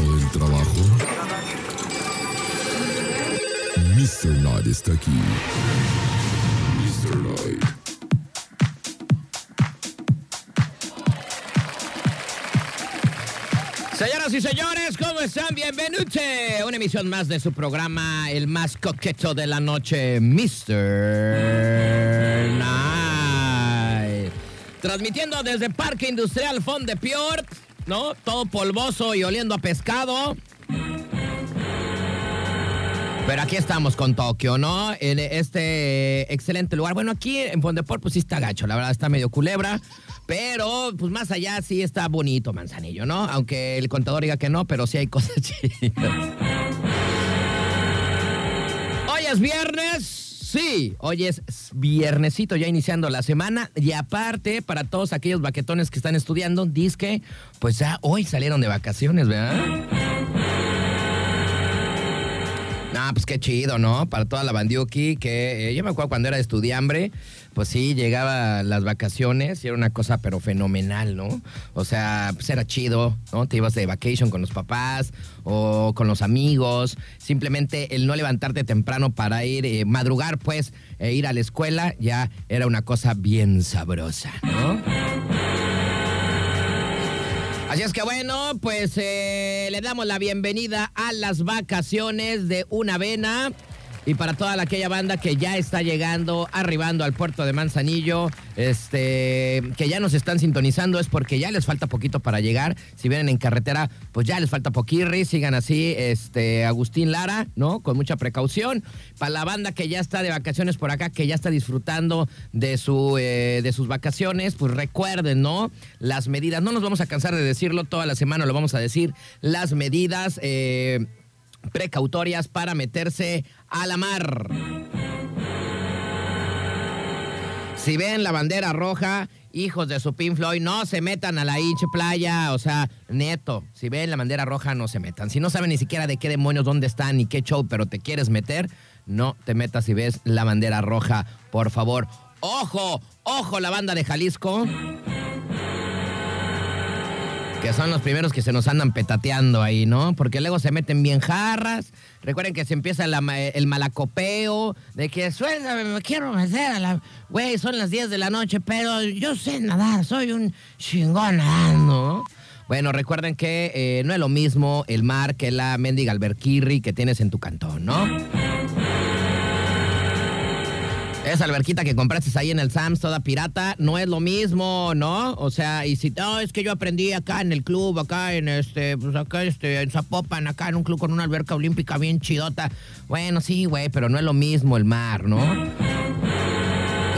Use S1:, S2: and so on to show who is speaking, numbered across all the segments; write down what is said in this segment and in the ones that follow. S1: el trabajo? Mr. Night está aquí. Mr. Night.
S2: Señoras y señores, ¿cómo están? Bienvenute. Una emisión más de su programa, el más coqueto de la noche, Mr. Night. Transmitiendo desde Parque Industrial Fond de Piort, ¿no? Todo polvoso y oliendo a pescado. Pero aquí estamos con Tokio, ¿no? En este excelente lugar. Bueno, aquí en Fondeport pues sí está gacho, la verdad está medio culebra. Pero pues más allá sí está bonito Manzanillo, ¿no? Aunque el contador diga que no, pero sí hay cosas chidas. Hoy es viernes. Sí, hoy es viernesito, ya iniciando la semana. Y aparte, para todos aquellos baquetones que están estudiando, disque, pues ya hoy salieron de vacaciones, ¿verdad? Ah, pues qué chido, ¿no? Para toda la bandiuki, que eh, yo me acuerdo cuando era estudiambre, pues sí, llegaba las vacaciones y era una cosa pero fenomenal, ¿no? O sea, pues era chido, ¿no? Te ibas de vacation con los papás o con los amigos. Simplemente el no levantarte temprano para ir, eh, madrugar, pues, e ir a la escuela, ya era una cosa bien sabrosa, ¿no? Así es que bueno, pues eh, le damos la bienvenida a las vacaciones de una avena. Y para toda la- aquella banda que ya está llegando, arribando al puerto de Manzanillo, este, que ya nos están sintonizando, es porque ya les falta poquito para llegar. Si vienen en carretera, pues ya les falta poquirri, sigan así, este, Agustín Lara, ¿no? Con mucha precaución. Para la banda que ya está de vacaciones por acá, que ya está disfrutando de, su, eh, de sus vacaciones, pues recuerden, ¿no? Las medidas, no nos vamos a cansar de decirlo, toda la semana lo vamos a decir, las medidas... eh, precautorias para meterse a la mar. Si ven la bandera roja, hijos de su Pink Floyd, no se metan a la hinche playa. O sea, neto, si ven la bandera roja, no se metan. Si no saben ni siquiera de qué demonios, dónde están, ni qué show, pero te quieres meter, no te metas si ves la bandera roja, por favor. ¡Ojo! ¡Ojo la banda de Jalisco! Que son los primeros que se nos andan petateando ahí, ¿no? Porque luego se meten bien jarras. Recuerden que se empieza la ma- eh, el malacopeo. De que suéltame, me quiero meter a la. Güey, son las 10 de la noche, pero yo sé nadar, soy un chingón nadando. Bueno, recuerden que eh, no es lo mismo el mar que la mendiga alberquirri que tienes en tu cantón, ¿no? Esa alberquita que compraste ahí en el Sams, toda pirata, no es lo mismo, ¿no? O sea, y si, no, es que yo aprendí acá en el club, acá en este, pues acá este, en Zapopan, acá en un club con una alberca olímpica bien chidota. Bueno, sí, güey, pero no es lo mismo el mar, ¿no?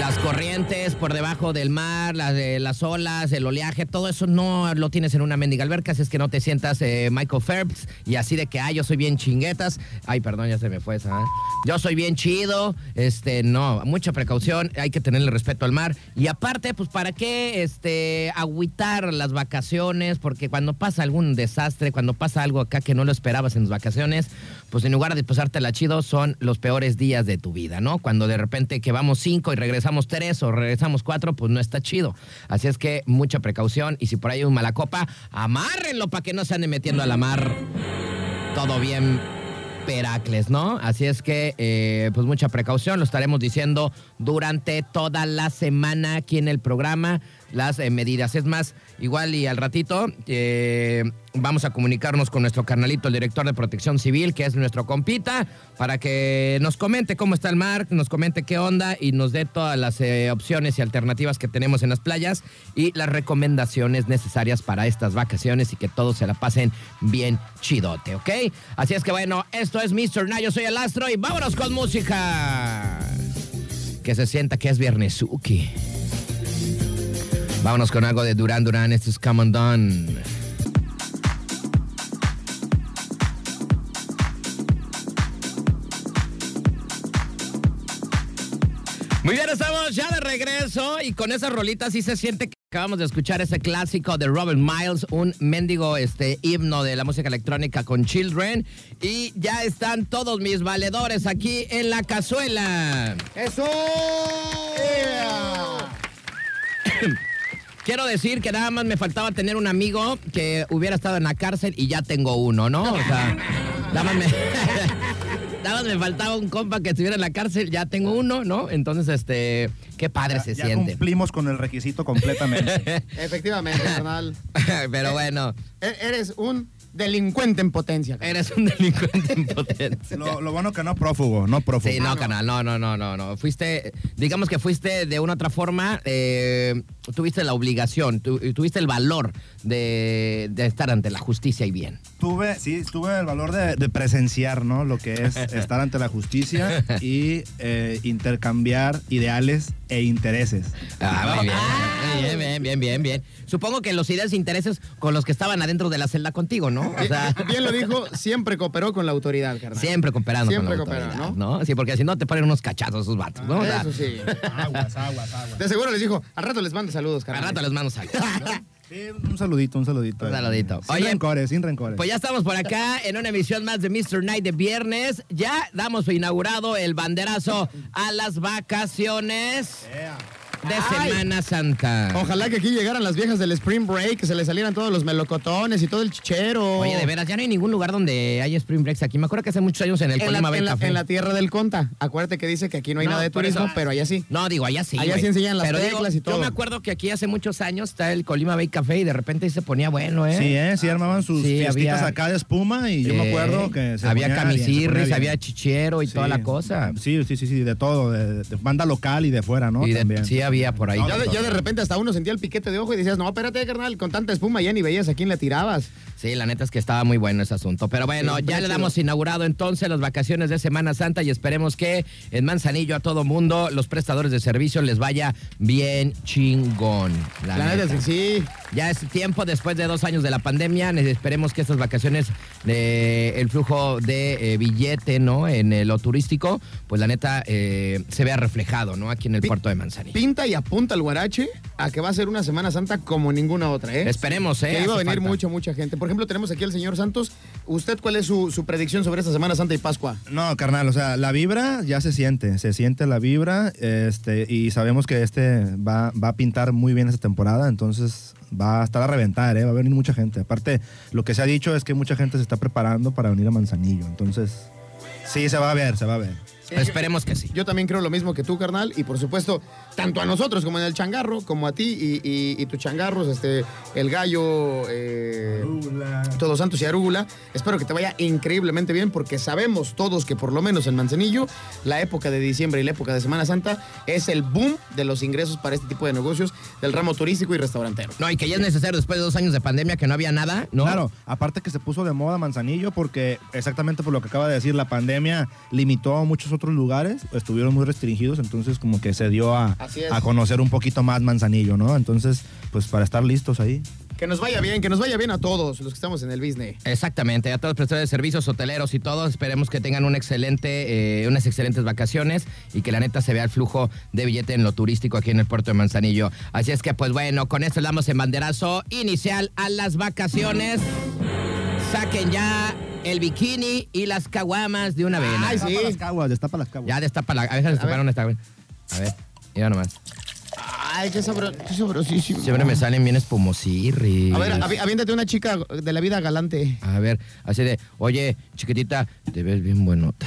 S2: Las corrientes por debajo del mar, las, eh, las olas, el oleaje, todo eso no lo tienes en una mendiga alberca, así es que no te sientas eh, Michael Phelps y así de que, ay, yo soy bien chinguetas. Ay, perdón, ya se me fue esa. ¿eh? Yo soy bien chido. Este, no, mucha precaución, hay que tenerle respeto al mar. Y aparte, pues, ¿para qué este, agüitar las vacaciones? Porque cuando pasa algún desastre, cuando pasa algo acá que no lo esperabas en las vacaciones, pues en lugar de pasártela chido, son los peores días de tu vida, ¿no? Cuando de repente que vamos cinco y regresamos tres o regresamos cuatro, pues no está chido. Así es que mucha precaución y si por ahí hay un mala copa, amárrenlo para que no se anden metiendo a la mar. Todo bien, Peracles, ¿no? Así es que, eh, pues mucha precaución, lo estaremos diciendo durante toda la semana aquí en el programa, las eh, medidas. Es más, igual y al ratito eh, vamos a comunicarnos con nuestro carnalito, el director de protección civil, que es nuestro compita, para que eh, nos comente cómo está el mar, nos comente qué onda y nos dé todas las eh, opciones y alternativas que tenemos en las playas y las recomendaciones necesarias para estas vacaciones y que todos se la pasen bien chidote, ¿ok? Así es que bueno, esto es Mr. Nayo, yo soy el astro y vámonos con música. Que se sienta que es viernesuki. Vámonos con algo de Duran Duran, esto es Come and Done. Muy bien, estamos ya de regreso y con esas rolitas sí se siente que acabamos de escuchar ese clásico de Robert Miles, un mendigo este himno de la música electrónica con Children y ya están todos mis valedores aquí en la cazuela.
S3: ¡Eso!
S2: ¿Qué Quiero decir que nada más me faltaba tener un amigo que hubiera estado en la cárcel y ya tengo uno, ¿no? O sea, nada más me, nada más me faltaba un compa que estuviera en la cárcel, ya tengo uno, ¿no? Entonces, este, qué padre
S3: Ya-
S2: se
S3: ya
S2: siente.
S3: cumplimos con el requisito completamente.
S4: Efectivamente, carnal.
S2: Pero bueno,
S4: E- Eres un delincuente en potencia. carnal.
S2: eres un delincuente impotente.
S3: lo, lo bueno que no prófugo, no prófugo.
S2: Sí, no, canal, no, no, no, no, no. Fuiste, digamos que fuiste de una otra forma, eh, tuviste la obligación, tu- tuviste el valor de, de estar ante la justicia y bien.
S3: Tuve, sí, tuve el valor de, de presenciar, ¿no? Lo que es estar ante la justicia y eh, intercambiar ideales e intereses.
S2: Ah, muy bien, bien, bien, bien, bien, bien. Supongo que los ideas e intereses con los que estaban adentro de la celda contigo, ¿no? O sea,
S4: Bien lo dijo, siempre cooperó con la autoridad, carnal.
S2: siempre cooperando
S4: Siempre
S2: con la
S4: cooperan,
S2: autoridad, ¿no? Sí, porque si no te ponen unos cachazos esos vatos, ¿no? O sea,
S4: Eso sí.
S3: Aguas, aguas, aguas.
S4: De seguro les dijo, al rato les mando saludos,
S2: al
S4: carnal.
S2: rato las manos salen.
S3: Sí, un saludito, un saludito.
S2: Un saludito.
S3: Sin
S2: Oye,
S3: rencores, sin rencores.
S2: Pues ya estamos por acá en una emisión más de Mr. Night de viernes. Ya damos inaugurado el banderazo a las vacaciones
S3: Yeah.
S2: de
S4: Ay.
S2: Semana Santa.
S4: Ojalá que aquí llegaran las viejas del Spring Break, que se les salieran todos los melocotones y todo el chichero.
S2: Oye, de veras, ya no hay ningún lugar donde haya Spring Breaks aquí. Me acuerdo que hace muchos años en el
S4: En la,
S2: Colima había
S4: en la-
S2: café.
S4: en la tierra del Conta. Acuérdate que dice que aquí no hay
S2: No,
S4: nada de
S2: por
S4: turismo,
S2: eso-
S4: pero allá sí.
S2: No, digo, allá sí.
S4: Allá
S2: güey.
S4: sí enseñan las
S2: digo,
S4: teclas y todo.
S2: Yo me acuerdo que aquí hace muchos años está el Colima Bay Café y de repente se ponía bueno, ¿eh?
S3: Sí, ¿eh? Sí, armaban sus
S2: Sí,
S3: fiestitas
S2: había-
S3: acá de espuma y yo me acuerdo que se
S2: Eh, había
S3: ponía bien, se ponía
S2: camisirris,
S3: bien.
S2: había chichero y
S3: Sí.
S2: toda la cosa.
S3: Sí, sí, sí, sí, de todo, de, de banda local y de fuera, ¿no?
S2: Y de-
S3: También.
S2: sí había por ahí.
S4: Ya de, ya de repente hasta uno sentía el piquete de ojo y decías, no, espérate, carnal, con tanta espuma ya ni veías a quién le tirabas.
S2: Sí, la neta es que estaba muy bueno ese asunto. Pero bueno,
S4: Sí,
S2: ya
S4: está
S2: le
S4: chido.
S2: damos inaugurado entonces las vacaciones de Semana Santa y esperemos que en Manzanillo a todo mundo, los prestadores de servicio, les vaya bien chingón. La,
S4: La
S2: neta.
S4: neta es que sí.
S2: Ya es tiempo, después de dos años de la pandemia, ne- esperemos que estas vacaciones, eh, el flujo de eh, billete, ¿no? En eh, lo turístico, pues la neta eh, se vea reflejado, ¿no? Aquí en el
S4: Pi-
S2: puerto de Manzanillo.
S4: Pinta y apunta al guarache a que va a ser una Semana Santa como ninguna otra, ¿eh?
S2: Esperemos, ¿eh?
S4: que iba a
S2: Hace
S4: venir
S2: falta.
S4: mucha, mucha gente. Por ejemplo, tenemos aquí al señor Santos. ¿Usted cuál es su, su predicción sobre esta Semana Santa y Pascua?
S3: No, carnal, o sea, la vibra ya se siente, se siente la vibra, este, y sabemos que este va, va a pintar muy bien esta temporada, entonces va a estar a reventar, ¿eh? va a venir mucha gente. Aparte, lo que se ha dicho es que mucha gente se está preparando para venir a Manzanillo, entonces sí, se va a ver, se va a ver.
S2: Esperemos que sí.
S4: Yo también creo lo mismo que tú, carnal, y por supuesto, tanto a nosotros como en el changarro, como a ti y, y- y tus changarros, este, el gallo, eh, Todos Santos y Arúgula. Espero que te vaya increíblemente bien, porque sabemos todos que por lo menos en Manzanillo, la época de diciembre y la época de Semana Santa es el boom de los ingresos para este tipo de negocios del ramo turístico y restaurantero.
S2: No, y que ya es necesario después de dos años de pandemia que no había nada, ¿no?
S3: Claro, aparte que se puso de moda Manzanillo porque exactamente por lo que acaba de decir, la pandemia limitó a muchos otros lugares, estuvieron muy restringidos, entonces como que se dio a,
S4: Así es.
S3: a conocer un poquito más Manzanillo, ¿no? Entonces, pues para estar listos ahí.
S4: Que nos vaya bien, que nos vaya bien a todos los que estamos en el business.
S2: Exactamente, a todos los prestadores de servicios, hoteleros y todo, esperemos que tengan un excelente, eh, unas excelentes vacaciones y que la neta se vea el flujo de billete en lo turístico aquí en el puerto de Manzanillo. Así es que, pues bueno, con esto le damos en banderazo inicial a las vacaciones. Saquen ya el bikini y las caguamas de una vez.
S4: Ay, sí.
S3: Destapa las caguas, destapa las caguas.
S2: Ya destapa la. A ver, destaparon esta, güey. A ver, mira nomás.
S4: Ay, qué, sabro, qué sabrosísimo.
S2: Siempre me salen bien espumosirris.
S4: A ver, avi- aviéntate una chica de la vida galante.
S2: A ver, así de, oye, chiquitita, te ves bien buenota.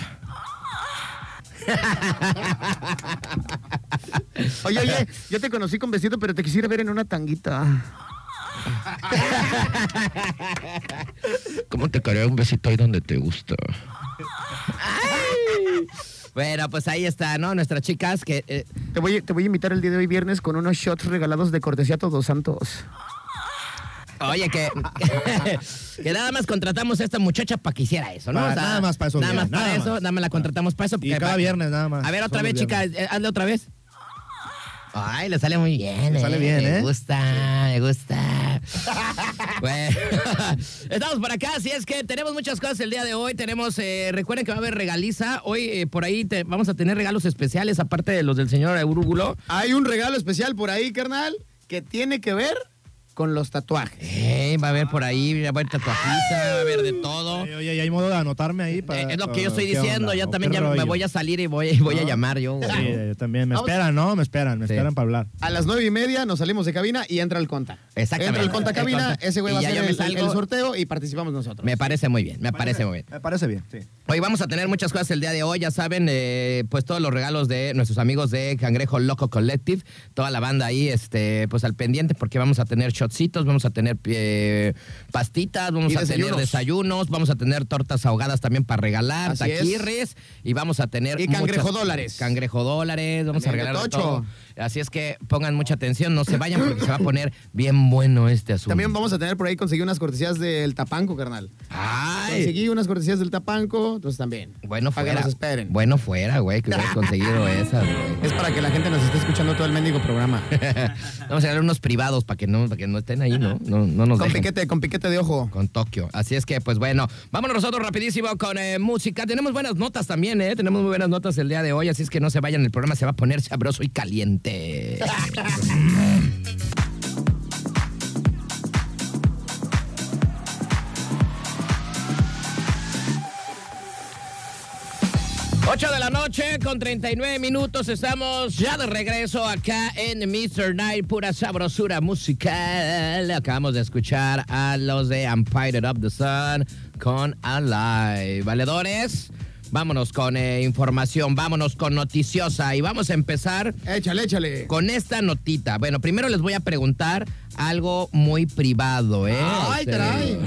S4: Oye, oye, yo te conocí con vestido, pero te quisiera ver en una tanguita.
S2: ¿Cómo te caería un besito ahí donde te gusta? Bueno, pues ahí está, ¿no? Nuestras chicas que... eh,
S4: Te voy, te voy a invitar el día de hoy viernes con unos shots regalados de cortesía a Todos Santos.
S2: oye, que, que nada más contratamos a esta muchacha para que hiciera eso, ¿no?
S3: Para- nada más para eso,
S2: Nada
S3: mira,
S2: más para
S3: nada
S2: eso,
S3: más.
S2: nada más la contratamos para eso.
S3: Y
S2: porque
S3: cada
S2: va-
S3: viernes nada más.
S2: A ver, otra
S3: Solo
S2: vez,
S3: los
S2: chicas,
S3: viernes.
S2: eh, hazle otra vez. Ay, le sale muy bien.
S3: Le sale bien,
S2: Me
S3: ¿eh?
S2: gusta, me gusta. Bueno, estamos por acá, así es que tenemos muchas cosas el día de hoy. Tenemos, eh, recuerden que va a haber regaliza. Hoy eh, por ahí te- vamos a tener regalos especiales, aparte de los del señor Eurúgulo.
S4: Hay un regalo especial por ahí, carnal, que tiene que ver con los tatuajes.
S2: Eh, va a haber por ahí, va a haber tatuajista, va a haber de todo.
S3: Oye, oye, ¿y hay modo de anotarme ahí. Para,
S2: Eh, es lo que yo
S3: o
S2: estoy
S3: qué
S2: diciendo,
S3: onda?
S2: ya
S3: ¿O
S2: también
S3: qué
S2: ya me
S3: rollo?
S2: voy a salir y voy, voy a
S3: No.
S2: llamar yo. güey.
S3: Sí, yo también. Me
S4: Vamos.
S3: esperan, ¿no? Me esperan, me
S2: Sí.
S3: esperan para hablar.
S4: A las nueve y media nos salimos de cabina y entra el conta.
S2: Exactamente.
S4: Entra el conta a
S2: El
S4: cabina,
S2: conta.
S4: ese güey
S2: Y
S4: va a
S2: ya
S4: hacer
S2: yo me
S4: el,
S2: salgo.
S4: el sorteo y participamos nosotros.
S2: Me parece muy bien, me parece muy bien.
S3: Me parece bien, sí.
S2: Hoy vamos a tener muchas cosas el día de hoy, ya saben, eh, pues todos los regalos de nuestros amigos de Cangrejo Loco Collective, toda la banda ahí, este, pues al pendiente, porque vamos a tener shotsitos, vamos a tener eh, pastitas, vamos
S4: Y
S2: a tener
S4: desayunos.
S2: desayunos, vamos a tener tortas ahogadas también para regalar,
S4: Así es.
S2: taquirres, y vamos a tener...
S4: Y cangrejo dólares.
S2: Cangrejo dólares, vamos
S4: También
S2: a
S4: de
S2: regalar de
S4: tocho.
S2: todo. Así es que pongan mucha atención, no se vayan porque se va a poner bien bueno este asunto.
S4: También vamos a tener por ahí, conseguí unas cortesías del Tapanco, carnal.
S2: ¡Ay!
S4: Conseguí unas cortesías del Tapanco, entonces también.
S2: Bueno
S4: Para que
S2: fuera.
S4: nos esperen.
S2: Bueno fuera, güey, que hubieras conseguido esas, güey.
S4: Es para que la gente nos esté escuchando todo el mendigo programa.
S2: Vamos a dar unos privados para que no, para que no estén ahí, ¿no? No, no nos
S4: con
S2: dejen.
S4: piquete, con piquete de ojo.
S2: Con Tokio. Así es que, pues bueno, vámonos nosotros rapidísimo con eh, música. Tenemos buenas notas también, ¿eh? Tenemos muy buenas notas el día de hoy, así es que no se vayan, el programa se va a poner sabroso y caliente. Ocho de la noche con 39 minutos estamos ya de regreso acá en Mr. Night, pura sabrosura musical. Acabamos de escuchar a los de Empire Up the Sun con Alive. Valedores, vámonos con eh, información, vámonos con noticiosa y vamos a empezar
S4: Échale, échale.
S2: con esta notita. Bueno, primero les voy a preguntar algo muy privado, ¿eh?
S4: Ay,
S2: Este,
S4: caray.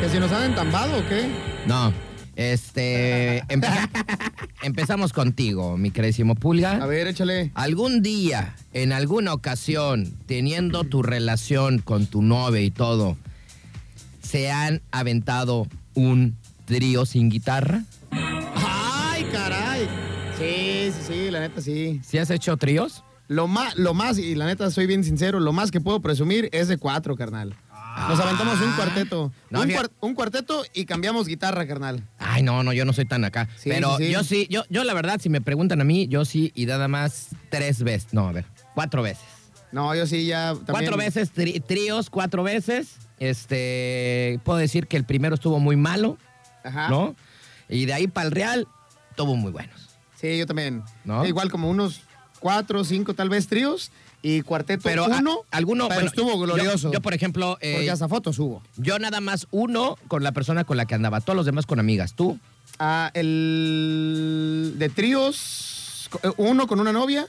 S4: Que si nos han entambado o qué.
S2: No, este. empe- empezamos contigo, mi queridísimo Pulga.
S4: A ver, échale.
S2: Algún día, en alguna ocasión, teniendo tu relación con tu novia y todo, ¿se han aventado un trío sin guitarra?
S4: Ay, caray. Sí, sí, sí, la neta sí.
S2: ¿Sí has hecho tríos?
S4: Lo más, lo más, y la neta soy bien sincero, lo más que puedo presumir es de cuatro, carnal. Nos aventamos un cuarteto.
S2: Ah. No,
S4: un,
S2: fíjate.
S4: cuar- un cuarteto y cambiamos guitarra, carnal.
S2: Ay, no, no, yo no soy tan acá.
S4: Sí,
S2: Pero
S4: sí, sí.
S2: yo sí, yo, yo la verdad, si me preguntan a mí, yo sí, y nada más tres veces. No, a ver, cuatro veces.
S4: No, yo sí ya también.
S2: Cuatro veces, tri- tríos, cuatro veces. Este, puedo decir que el primero estuvo muy malo,
S4: Ajá.
S2: ¿no? Y de ahí para el Real, estuvo muy buenos.
S4: Sí, yo también.
S2: ¿No?
S4: Igual como unos cuatro, cinco tal vez tríos y cuarteto
S2: pero a-
S4: uno.
S2: alguno
S4: pero
S2: bueno,
S4: estuvo
S2: yo-
S4: glorioso.
S2: Yo, por ejemplo, eh,
S4: porque hasta fotos hubo.
S2: yo nada más uno con la persona con la que andaba, todos los demás con amigas. Tú,
S4: Ah, el de tríos, co- eh, uno con una novia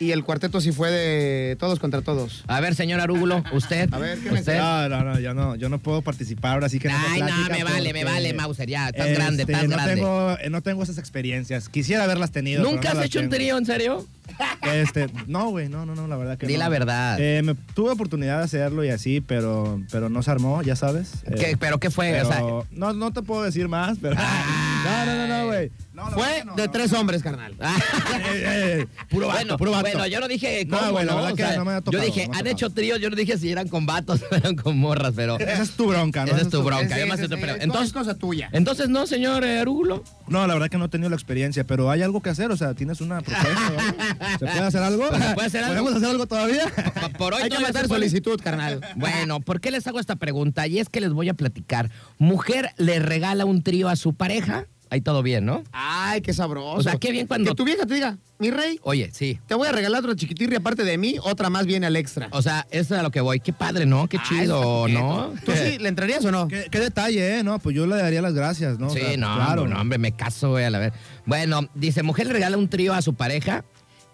S4: y el cuarteto sí fue de todos contra todos.
S2: a ver, señor Arúgulo, usted,
S4: A ver, ¿qué me
S2: usted.
S3: No, no, no, yo no, yo no puedo participar ahora sí que en esa
S2: Ay, no,
S3: plática
S2: me vale, me
S3: porque, este,
S2: vale, Mauser, ya, estás grande, estás
S3: no
S2: grande.
S3: Tengo, eh, no tengo esas experiencias. Quisiera haberlas tenido. pero
S2: ¿Nunca
S3: no
S2: has
S3: las
S2: hecho un
S3: tengo.
S2: trío, en serio?
S3: Este, no, güey, no, no, no, la verdad que
S2: Di
S3: no.
S2: la verdad.
S3: Eh, me, tuve oportunidad de hacerlo y así, pero, pero no se armó, ya sabes. Eh,
S2: ¿Qué- ¿Pero qué fue?
S3: pero
S2: O sea, Ah.
S3: no, no te puedo decir más, pero. No, no, no, no, güey. No, la verdad
S4: Fue
S3: que no,
S4: de
S3: no.
S4: tres hombres, carnal.
S3: Eh, eh, puro vato,
S2: bueno,
S3: puro vato.
S2: bueno, yo no dije
S3: No,
S2: cómo,
S3: güey, la
S2: ¿no?
S3: verdad
S2: O
S3: que
S2: sea,
S3: no me ha tocado,
S2: yo dije,
S3: no me ha
S2: han
S3: tocado.
S2: hecho trío, yo no dije si eran con vatos o eran con morras, pero
S3: Esa es tu bronca, ¿no?
S2: esa
S3: Esa
S2: es tu bronca.
S4: Sí,
S2: yo más
S4: sí,
S2: estoy
S4: sí,
S2: pero-
S4: es co-
S2: entonces,
S4: es cosa tuya.
S2: entonces no, señor eh, Arúgulo.
S3: No, la verdad que no he tenido la experiencia, pero hay algo que hacer, o sea, tienes una propuesta. o algo? ¿Se puede hacer algo?
S2: Pues, ¿se puede hacer algo?
S3: ¿Podemos hacer algo todavía?
S2: Pa- Por hoy
S4: Hay que
S2: todavía
S4: mandar
S2: se puede-
S4: solicitud, carnal.
S2: Bueno, ¿por qué les hago esta pregunta? Y es que les voy a platicar. Mujer le regala un trío a su pareja. Ahí todo bien, ¿no?
S4: Ay, qué sabroso.
S2: O sea, qué bien cuando-
S4: Que tu vieja te diga, mi rey,
S2: Oye, sí.
S4: te voy a regalar otra chiquitirri aparte de mí, otra más viene al extra.
S2: O sea, eso es a lo que voy. Qué padre, ¿no? Oh, Qué
S4: Ah,
S2: chido,
S4: está
S2: ¿no?
S4: coqueto. ¿Tú sí le entrarías o no?
S3: ¿Qué, qué detalle, ¿eh? No, pues yo le daría las gracias, ¿no? O
S2: Sí,
S3: sea,
S2: no,
S3: claro.
S2: no, hombre, me caso, güey, a la ver. Bueno, dice, mujer le regala un trío a su pareja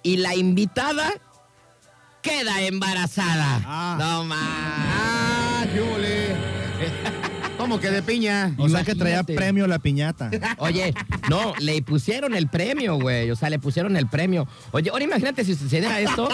S2: y la invitada queda embarazada.
S3: Ah.
S2: No más.
S4: Ah, qué ole. Como que de piña.
S3: O sea que traía
S2: Imagínate.
S3: premio la piñata.
S2: Oye, no, le pusieron el premio, güey. O sea, le pusieron el premio. Oye, ahora imagínate si sucediera esto.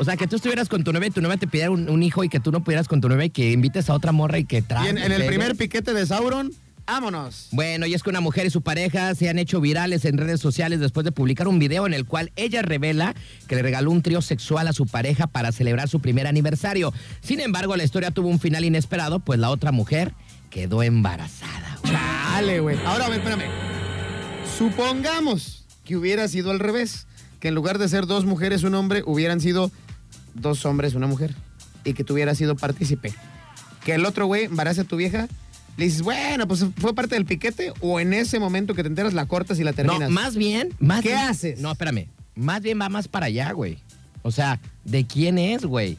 S2: O sea, que tú estuvieras con tu novia y tu novia te pidiera un, un hijo y que tú no pudieras con tu novia y que invites a otra morra y que
S4: Y
S2: traes.
S4: en, en el primer piquete de Sauron, vámonos.
S2: Bueno, y es que una mujer y su pareja se han hecho virales en redes sociales después de publicar un video en el cual ella revela que le regaló un trío sexual a su pareja para celebrar su primer aniversario. Sin embargo, la historia tuvo un final inesperado, pues la otra mujer quedó embarazada. güey.
S4: Chale, güey. Ahora, a ver, espérame. Supongamos que hubiera sido al revés. Que en lugar de ser dos mujeres, un hombre, hubieran sido dos hombres, una mujer. y que tú hubieras sido partícipe. Que el otro güey embarace a tu vieja, le dices, bueno, pues fue parte del piquete, o en ese momento que te enteras la cortas y la terminas.
S2: No, más bien, más
S4: ¿Qué
S2: bien-
S4: haces?
S2: No, espérame. Más bien va más para allá, güey. O sea, ¿de quién es, güey?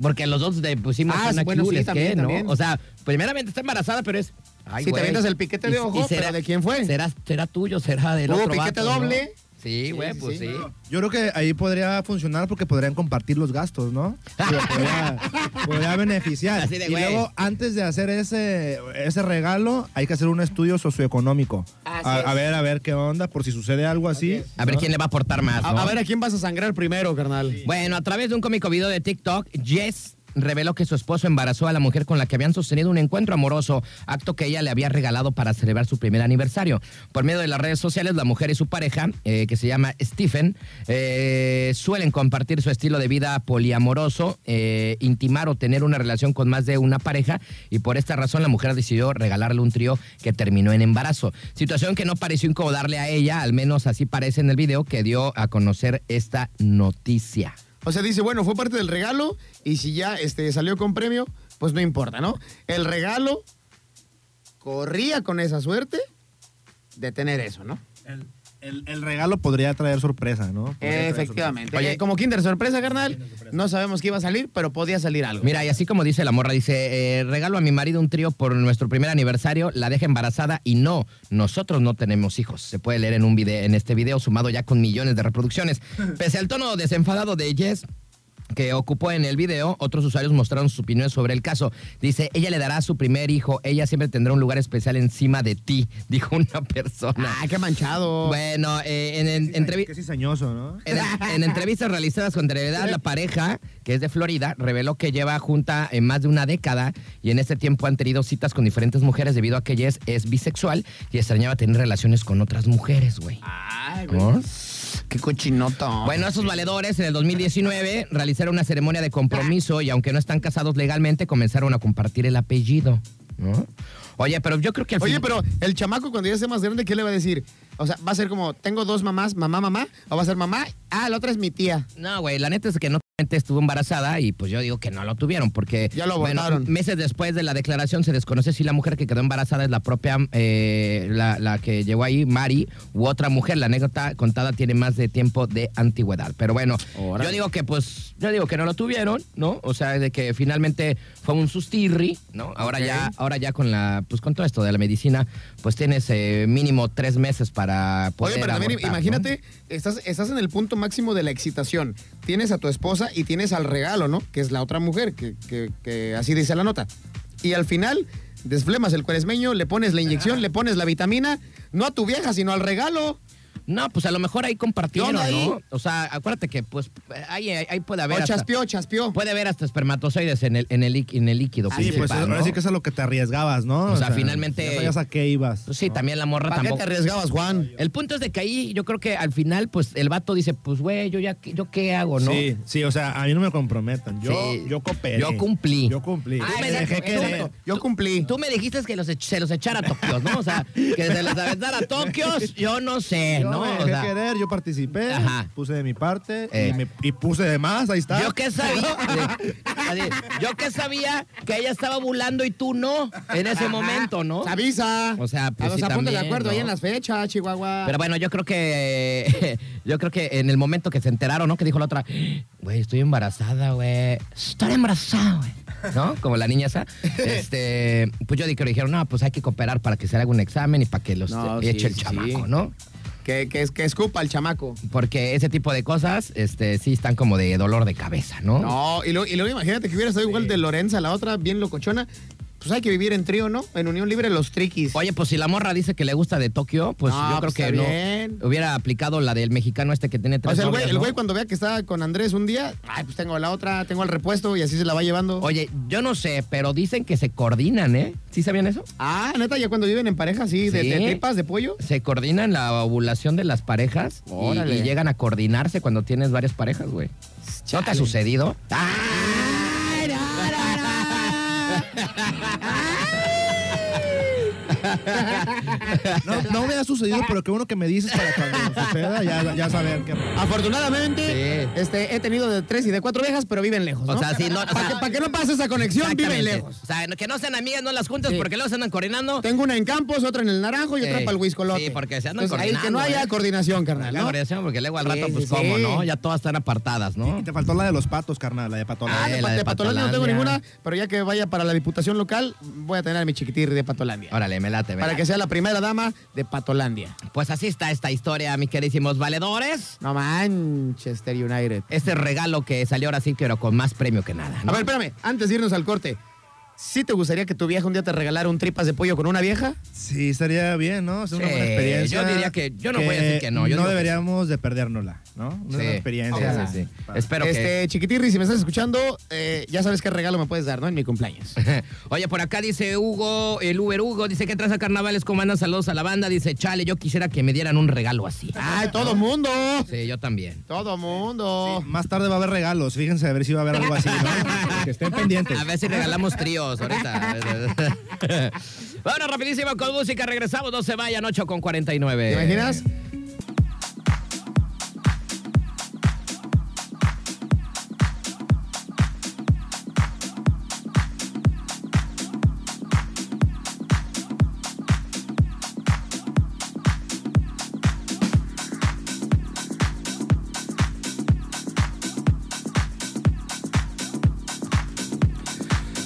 S2: Porque los dos pues, le pusimos
S4: Ah,
S2: una
S4: bueno, sí,
S2: Q-les,
S4: también,
S2: ¿qué, no?
S4: también.
S2: O sea, primeramente está embarazada, pero es. Ay,
S4: Sí, te
S2: güey.
S4: avientas el piquete de
S2: Y-
S4: ojo,
S2: y será-
S4: pero ¿de quién fue?
S2: Será, será tuyo, será del
S4: Hubo
S2: otro
S4: piquete
S2: vato, ¿no?
S4: doble.
S2: Sí, güey,
S4: sí,
S2: pues
S4: sí.
S2: sí.
S3: Yo creo que ahí podría funcionar porque podrían compartir los gastos, ¿no? Podría, podría beneficiar.
S2: Así de
S3: y
S2: güey.
S3: luego, antes de hacer ese, ese regalo, hay que hacer un estudio socioeconómico.
S4: Así
S3: A,
S4: es.
S3: a ver, a ver qué onda, por si sucede algo así.
S4: Así es.
S2: A ver quién le va a aportar más,
S4: A,
S2: ¿no?
S4: a ver, ¿a quién vas a sangrar primero, carnal?
S2: Bueno, a través de un cómico video de TikTok, Jess reveló que su esposo embarazó a la mujer con la que habían sostenido un encuentro amoroso, acto que ella le había regalado para celebrar su primer aniversario. Por medio de las redes sociales, la mujer y su pareja, eh, que se llama Stephen, eh, suelen compartir su estilo de vida poliamoroso, eh, intimar o tener una relación con más de una pareja, y por esta razón la mujer decidió regalarle un trío que terminó en embarazo. Situación que no pareció incomodarle a ella, al menos así parece en el video que dio a conocer esta noticia.
S4: O sea, dice, bueno, fue parte del regalo y si ya este, salió con premio, pues no importa, ¿no? El regalo corría con esa suerte de tener eso, ¿no?
S3: El, el- el regalo podría traer sorpresa, ¿no?
S2: Eh,
S3: Podría traer
S4: Efectivamente.
S2: Oye,
S4: Oye, como Kinder Sorpresa, carnal, no sabemos qué iba a salir, pero podía salir algo.
S2: Mira, y así como dice la morra, dice, eh, regalo a mi marido un trío por nuestro primer aniversario, la deja embarazada y no, nosotros no tenemos hijos. Se puede leer en, un vide- en este video sumado ya con millones de reproducciones. Pese al tono desenfadado de Jess, que ocupó en el video, otros usuarios mostraron sus opiniones sobre el caso. Dice, ella le dará a su primer hijo, ella siempre tendrá un lugar especial encima de ti, dijo una persona.
S4: Ah, qué manchado.
S2: Bueno, eh, en, en-
S3: sorpresa.
S2: entrevi-
S3: Qué cizañoso, ¿no?
S2: en, en entrevistas realizadas con Televedad, la pareja, que es de Florida, reveló que lleva junta en más de una década y en este tiempo han tenido citas con diferentes mujeres debido a que ella es, es bisexual y extrañaba tener relaciones con otras mujeres, güey.
S4: Ah, Ay, güey,
S2: ¿No?
S4: qué cochinoto.
S2: Bueno, esos valedores en el 2019 realizaron una ceremonia de compromiso y aunque no están casados legalmente, comenzaron a compartir el apellido. ¿no? Oye, pero yo creo que al
S4: Oye,
S2: fin-
S4: pero el chamaco cuando ya esté más grande, ¿qué le va a decir? O sea, va a ser como, tengo dos mamás, mamá, mamá, o va a ser mamá, ah, la otra es mi tía.
S2: No, güey, la neta es que no estuvo embarazada y pues yo digo que no lo tuvieron porque
S4: Ya lo
S2: bueno,
S4: abortaron.
S2: meses después de la declaración se desconoce si la mujer que quedó embarazada es la propia eh, la, la que llegó ahí Mari u otra mujer la anécdota contada tiene más de tiempo de antigüedad pero bueno
S4: Órale.
S2: yo digo que pues yo digo que no lo tuvieron no o sea de que finalmente fue un sustirri no ahora
S4: Ok.
S2: ya ahora ya con la pues con todo esto de la medicina pues tienes eh, mínimo tres meses para poder
S4: Oye, pero también
S2: abortar, ¿no?
S4: imagínate, estás, estás en el punto máximo de la excitación. Tienes a tu esposa y tienes al regalo, ¿no? Que es la otra mujer, que, que- que así dice la nota. Y al final, desflemas el cuaresmeño, le pones la inyección, le pones la vitamina, no a tu vieja, sino al regalo.
S2: No, pues a lo mejor ahí compartieron,
S4: ¿Qué onda ahí?
S2: ¿no? O sea, acuérdate que pues ahí, ahí puede haber
S4: O
S2: hasta, Pues,
S4: chaspió, chaspió.
S2: puede haber hasta espermatozoides en el, en el, liqui- en el líquido
S3: Sí, pues
S2: principal,
S3: ahora
S2: Ah, ¿no?
S3: sí que es a lo que te arriesgabas, ¿no?
S2: O sea, finalmente-
S3: Ya sabías a qué ibas.
S2: Pues sí,
S3: ¿no?
S2: también la morra
S4: ¿Para qué te
S2: tampoco.
S4: arriesgabas, Juan?
S2: El punto es de que ahí yo creo que al final pues el vato dice, pues güey, yo ya yo qué hago, ¿no?
S3: Sí, sí, o sea, a mí no me comprometan. Yo,
S2: Sí.
S3: yo cooperé.
S2: Yo cumplí.
S3: Yo cumplí.
S2: Ah,
S3: Yo me
S2: exacto,
S3: dejé
S2: exacto.
S3: querer.
S4: Yo cumplí.
S2: Tú me dijiste que los, ech- se los echara a Tokios, ¿no? O sea, que se los aventara a Tokios, yo no sé,
S3: Yo
S2: ¿no?
S3: me
S2: O
S3: dejé
S2: sea,
S3: querer, yo participé,
S2: Ajá.
S3: puse de mi parte
S2: Eh.
S3: y, me- y puse de más, ahí está.
S2: Yo que sabía, así, yo que sabía que ella estaba bulando y tú no en ese
S4: Ajá.
S2: momento, ¿no?
S4: Se avisa.
S2: O sea, pues
S4: a los
S2: sí,
S4: apuntes
S2: también,
S4: de acuerdo
S2: ¿no?
S4: ahí en las fechas, Chihuahua.
S2: Pero bueno, yo creo que yo creo que en el momento que se enteraron, ¿no? Que dijo la otra, güey, estoy embarazada, güey. Estoy embarazada, güey. ¿No? Como la niña esa. Este, pues yo di- que le dijeron, no, pues hay que cooperar para que se le haga un examen y para que los
S4: No,
S2: eche
S4: sí,
S2: el
S4: sí,
S2: chamaco,
S4: sí.
S2: ¿no?
S4: que, que, que escupa el chamaco.
S2: Porque ese tipo de cosas, este, sí están como de dolor de cabeza, ¿no?
S4: No, y luego, y luego imagínate que hubiera estado igual de Lorenza, la otra bien locochona. Pues hay que vivir en trío, ¿no? En unión libre los triquis.
S2: Oye, pues si la morra dice que le gusta de Tokio, pues
S4: No,
S2: yo creo
S4: pues,
S2: que
S4: está
S2: no
S4: bien.
S2: hubiera aplicado la del mexicano este que tiene tres
S4: o sea, el güey,
S2: novias,
S4: el
S2: ¿no?
S4: güey cuando vea que está con Andrés un día, ay, pues tengo la otra, tengo el repuesto y así se la va llevando.
S2: Oye, yo no sé, pero dicen que se coordinan, ¿eh? ¿Sí sabían eso?
S4: Ah, neta, ya cuando viven en pareja, sí, de,
S2: Sí.
S4: de tripas, de pollo.
S2: Se coordinan la ovulación de las parejas y-
S4: Órale.
S2: y, llegan a coordinarse cuando tienes varias parejas, güey. ¿No te ha
S4: Chale.
S2: sucedido?
S3: No, no me ha sucedido, pero qué bueno que me dices para cuando suceda, ya, ya saber qué.
S4: Afortunadamente,
S2: Sí.
S4: este, he tenido de tres y de cuatro viejas, pero viven lejos.
S2: O sea, sí, no, o
S4: Para
S2: sea-
S4: que, pa' que no pase esa conexión, viven
S2: Exactamente.
S4: lejos.
S2: O sea, que no sean amigas, no las juntas
S4: Sí.
S2: porque luego se andan coordinando.
S4: Tengo una en Campos, otra en el Naranjo y otra
S2: Sí.
S4: para el Huiscolote.
S2: Sí, porque se andan
S4: Entonces, ahí que no
S2: coordinando,
S4: haya
S2: ¿eh?
S4: coordinación,
S2: La
S4: carnal. ¿no?
S2: coordinación, porque luego al rato,
S4: Sí,
S2: pues,
S4: sí,
S2: ¿cómo,
S4: sí.
S2: no? Ya todas están apartadas, ¿no?
S3: Y te faltó la de los patos, carnal, la de
S4: Ah,
S3: Patolandia.
S2: Ay,
S4: de,
S2: la
S4: pa-
S2: de
S4: de Patolandia no tengo
S2: Patolandia.
S4: ninguna, pero ya que vaya para la diputación local, voy a tener a mi chiquitir de Patolandia.
S2: Órale, me late, me
S4: para
S2: late.
S4: que sea la primera dama de Patolandia.
S2: Pues así está esta historia, mis queridísimos valedores.
S4: No Manchester United.
S2: Este regalo que salió ahora sí, pero con más premio que nada. ¿no?
S4: A ver, espérame, antes de irnos al corte, ¿sí te gustaría que tu vieja un día te regalara un tripas de pollo con una vieja?
S3: Sí, estaría bien, ¿no? Es una
S2: Sí,
S3: buena experiencia.
S2: yo diría que- yo no voy a decir que no, yo
S3: no
S2: digo que
S3: deberíamos de perdérnosla, ¿no? Una
S2: Sí.
S3: buena experiencia.
S2: Sí, sí, sí.
S3: Para-
S2: Espero que.
S4: este, Chiquitirri, si me estás escuchando, eh, ya sabes qué regalo me puedes dar, ¿no? En mi cumpleaños.
S2: Oye, por acá dice Hugo, el Uber Hugo, dice que traza carnavales, como andan saludos a la banda. Dice, chale, yo quisiera que me dieran un regalo así.
S4: ¡Ay, todo mundo!
S2: Sí, yo también.
S4: Todo mundo.
S3: Más tarde va a haber regalos, fíjense a ver si va a haber algo así, ¿no? que estén pendientes.
S2: A ver si regalamos tríos ahorita. bueno, rapidísimo con música, regresamos, no se vayan, 8 con 49.
S4: ¿Te imaginas?
S2: Eh,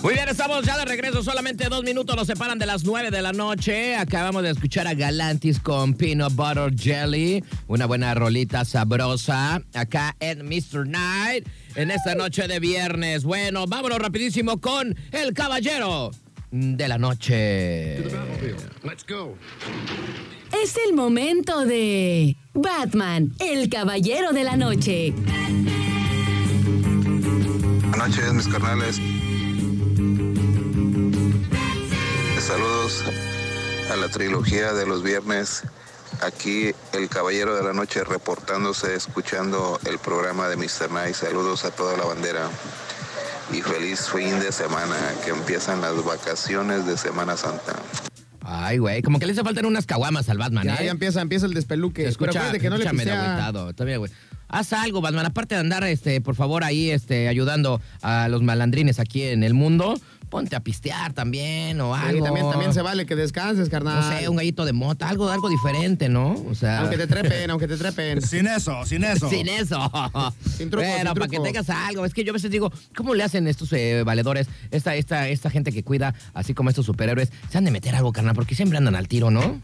S2: Muy bien, estamos ya de regreso. Solamente dos minutos nos separan de las nueve de la noche. Acabamos de escuchar a Galantis con Peanut Butter Jelly. Una buena rolita sabrosa acá en Mr. Night en esta noche de viernes. Bueno, vámonos rapidísimo con el caballero de la noche.
S5: Es el momento de Batman, el Caballero de la Noche.
S6: Buenas noches, mis carnales. Saludos a la trilogía de los viernes. Aquí el Caballero de la Noche reportándose, escuchando el programa de Mr. Night. Saludos a toda la bandera y feliz fin de semana, que empiezan las vacaciones de Semana Santa.
S2: Ay, güey, como que le hace falta unas caguamas al Batman,
S4: Ya,
S2: ¿eh?
S4: ya empieza, empieza el despeluque.
S2: Se
S4: Pero
S2: escucha,
S4: acuérdate que no le
S2: escucha medio
S4: pisea-
S2: agüitado, está bien, güey. Haz algo, Batman. Aparte de andar, este, por favor, ahí este, ayudando a los malandrines aquí en el mundo, ponte a pistear también o
S4: Sí,
S2: algo.
S4: también, también se vale que descanses, carnal.
S2: No sé, un gallito de mota, algo, algo diferente, ¿no? O sea.
S4: Aunque te trepen, aunque te trepen.
S3: Sin eso, sin eso.
S2: Sin eso.
S4: Sin truco,
S2: Pero
S4: sin
S2: para
S4: truco.
S2: que tengas algo. Es que yo a veces digo, ¿cómo le hacen estos eh, valedores, esta, esta, esta gente que cuida, así como estos superhéroes? Se han de meter algo, carnal, porque siempre andan al tiro, ¿no?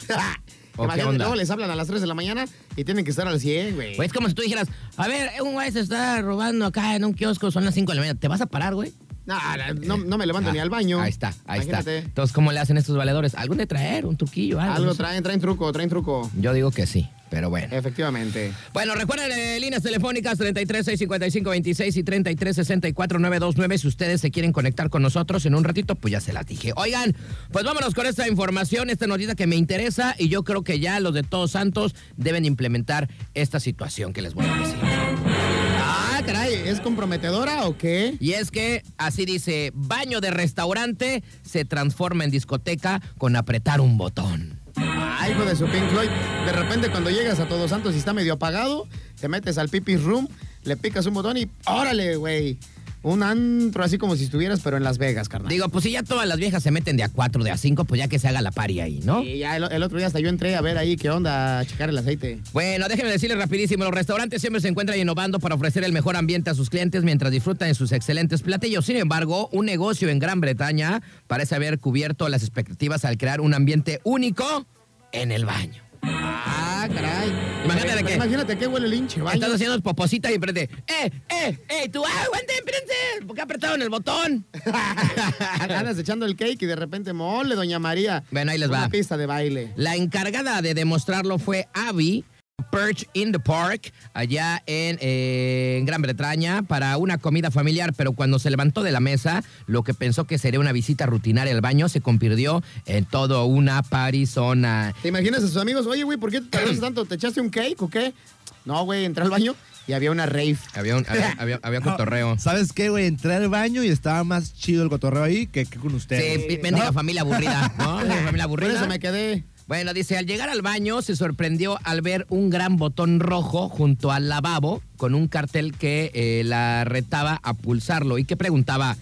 S2: ¿O qué
S4: Imagínate,
S2: onda?
S4: luego les hablan a las 3 de la mañana y tienen que estar al 100, güey.
S2: Güey, Pues, es como si tú dijeras, a ver, un güey se está robando acá en un kiosco, son las 5 de la mañana, ¿te vas a parar, güey?
S4: No, no, no me levanto
S2: Ah,
S4: ni al baño.
S2: Ahí está, Ah, ahí
S4: Imagínate.
S2: está. Entonces, ¿cómo le hacen estos valedores? ¿Algo de traer? ¿Un truquillo? Algo,
S4: Algo Eh.
S2: no sé.
S4: traen, traen truco, traen truco.
S2: Yo digo que sí, pero bueno.
S4: Efectivamente.
S2: Bueno, recuerden eh, líneas telefónicas 33-655-26 y 33-64-929. Si ustedes se quieren conectar con nosotros en un ratito, pues ya se las dije. Oigan, pues vámonos con esta información, esta noticia que me interesa y yo creo que ya los de Todos Santos deben implementar esta situación que les voy a decir.
S4: Ah, caray, ¿es comprometedora o qué?
S2: Y es que, así dice, baño de restaurante se transforma en discoteca con apretar un botón.
S4: Ay, hijo de su Pink Floyd. De repente, cuando llegas a Todos Santos y está medio apagado, te metes al Pipi's Room, le picas un botón y ¡órale, güey! Un antro así como si estuvieras, pero en Las Vegas, carnal.
S2: Digo, pues si ya todas las viejas se meten de a cuatro, de a cinco, pues ya que se haga la pari ahí, ¿no?
S4: Y ya el, el otro día hasta yo entré a ver ahí qué onda, a checar el aceite.
S2: Bueno, déjenme decirles rapidísimo, los restaurantes siempre se encuentran innovando para ofrecer el mejor ambiente a sus clientes mientras disfrutan de sus excelentes platillos. Sin embargo, un negocio en Gran Bretaña parece haber cubierto las expectativas al crear un ambiente único en el baño.
S4: Ah, caray.
S2: Imagínate
S4: Pero
S2: que-
S4: Imagínate qué huele el hinche, baño.
S2: Estás haciendo popositas y prende. ¡Eh, eh, eh! ¡Tú, ah, aguanten, espérense! ¿Por qué apretaron el botón?
S4: Andas echando el cake y de repente, mole, doña María.
S2: Bueno, ahí les
S4: Una
S2: va.
S4: pista de baile.
S2: La encargada de demostrarlo fue Abby. Perch in the Park, allá en, eh, en Gran Bretaña, para una comida familiar, pero cuando se levantó de la mesa, lo que pensó que sería una visita rutinaria al baño se convirtió en todo una parizona.
S4: ¿Te imaginas a sus amigos? Oye, güey, ¿por qué te tardaste tanto? ¿Te echaste un cake o qué? No, güey, entré al baño y había una rave.
S2: Había, un, había, había- había
S3: No,
S2: cotorreo.
S3: ¿Sabes qué, güey? Entré al baño y estaba más chido el cotorreo ahí que, que con ustedes.
S2: Sí, bendiga familia aburrida, ¿no? Una familia
S4: Por eso
S2: aburrida.
S4: me quedé.
S2: Bueno, dice, al llegar al baño se sorprendió al ver un gran botón rojo junto al lavabo con un cartel que eh, la retaba a pulsarlo y que preguntaba,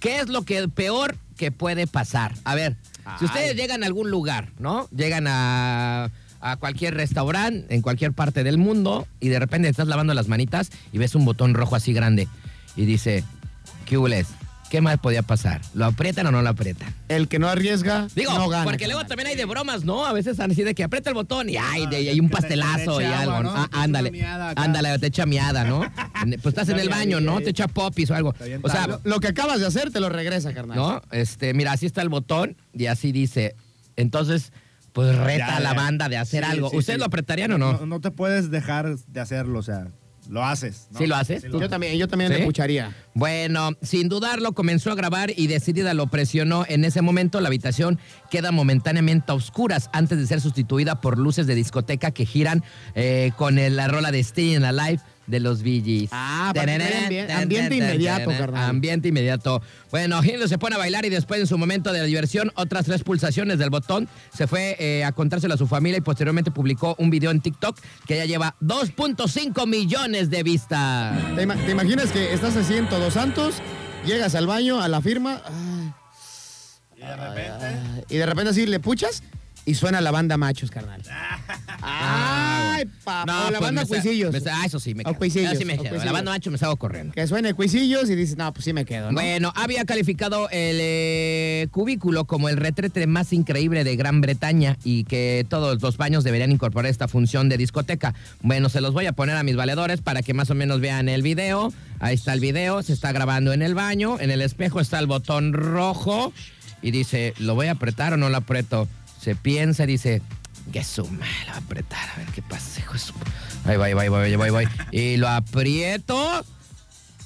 S2: ¿qué es lo que peor que puede pasar? A ver, si ustedes llegan a algún lugar, ¿no? Llegan a, a cualquier restaurante, en cualquier parte del mundo, y de repente estás lavando las manitas y ves un botón rojo así grande y dice, ¿qué hubo les? ¿Qué más podía pasar? ¿Lo aprietan o no lo aprietan?
S4: El que no arriesga,
S2: Digo,
S4: no gana.
S2: porque luego también hay de bromas, ¿no? A veces así de que aprieta el botón y ay, de- y hay un
S7: que te- que te
S2: pastelazo
S7: eche
S2: y
S7: agua,
S2: algo.
S7: ¿no? Te
S2: ¿no? Ah,
S7: echa una
S2: ándale,
S7: miada acá.
S2: ándale, te echa miada, ¿no? En- Pues estás en el
S7: Está
S2: baño,
S7: bien,
S2: ¿no?
S7: ahí.
S2: Te echa popis o algo.
S7: bien,
S2: O sea,
S4: Lo, lo que acabas de hacer te lo regresa, carnal.
S2: ¿no? Este, mira, así está el botón y así dice. Entonces, pues reta
S3: Ya,
S2: a la
S3: ya.
S2: banda de hacer
S3: Sí,
S2: algo.
S3: sí,
S2: ¿Ustedes
S3: sí.
S2: lo apretarían o no?
S3: no? te puedes dejar de hacerlo, o sea, lo haces. ¿no?
S2: ¿Sí lo haces?
S4: Yo también, yo también
S2: ¿Sí?
S4: le pucharía.
S2: Bueno, sin dudarlo comenzó a grabar y decidida lo presionó. En ese momento la habitación queda momentáneamente a oscuras antes de ser sustituida por luces de discoteca que giran eh, con el- la rola de Stay in Alive de los Bee Gees.
S4: Ah, para que tenga ambien- ambiente inmediato, carnal.
S2: Ambiente inmediato. Bueno, Hildo se pone a bailar y después en su momento de la diversión, otras tres pulsaciones del botón, se fue eh, a contárselo a su familia y posteriormente publicó un video en TikTok que ya lleva 2.5 millones de vistas.
S4: ¿Te, ima- te imaginas que estás así en Todos Santos, llegas al baño, a la firma, ay, ay, y de repente así le puchas y suena la banda machos, carnal. Ay, papá,
S2: No,
S4: o la
S2: pues,
S4: banda
S2: me sa-
S4: cuisillos.
S2: me sa- ah, eso sí, me
S4: O
S2: quedo.
S4: Cuisillos,
S2: Ah, sí me
S4: o
S2: quedo. La
S4: Cuisillos.
S2: banda macho me salgo corriendo.
S4: Que suene cuisillos y dices, no, pues sí me quedo, ¿no?
S2: Bueno, había calificado el eh, cubículo como el retrete más increíble de Gran Bretaña y que todos los baños deberían incorporar esta función de discoteca. Bueno, se los voy a poner a mis valedores para que más o menos vean el video. Ahí está el video, se está grabando en el baño, en el espejo está el botón rojo y dice, ¿lo voy a apretar o no lo aprieto? Se piensa y dice, que suma, lo voy a apretar, a ver qué pasa, hijo de su- Ahí voy, voy, voy, voy, voy. Y lo aprieto.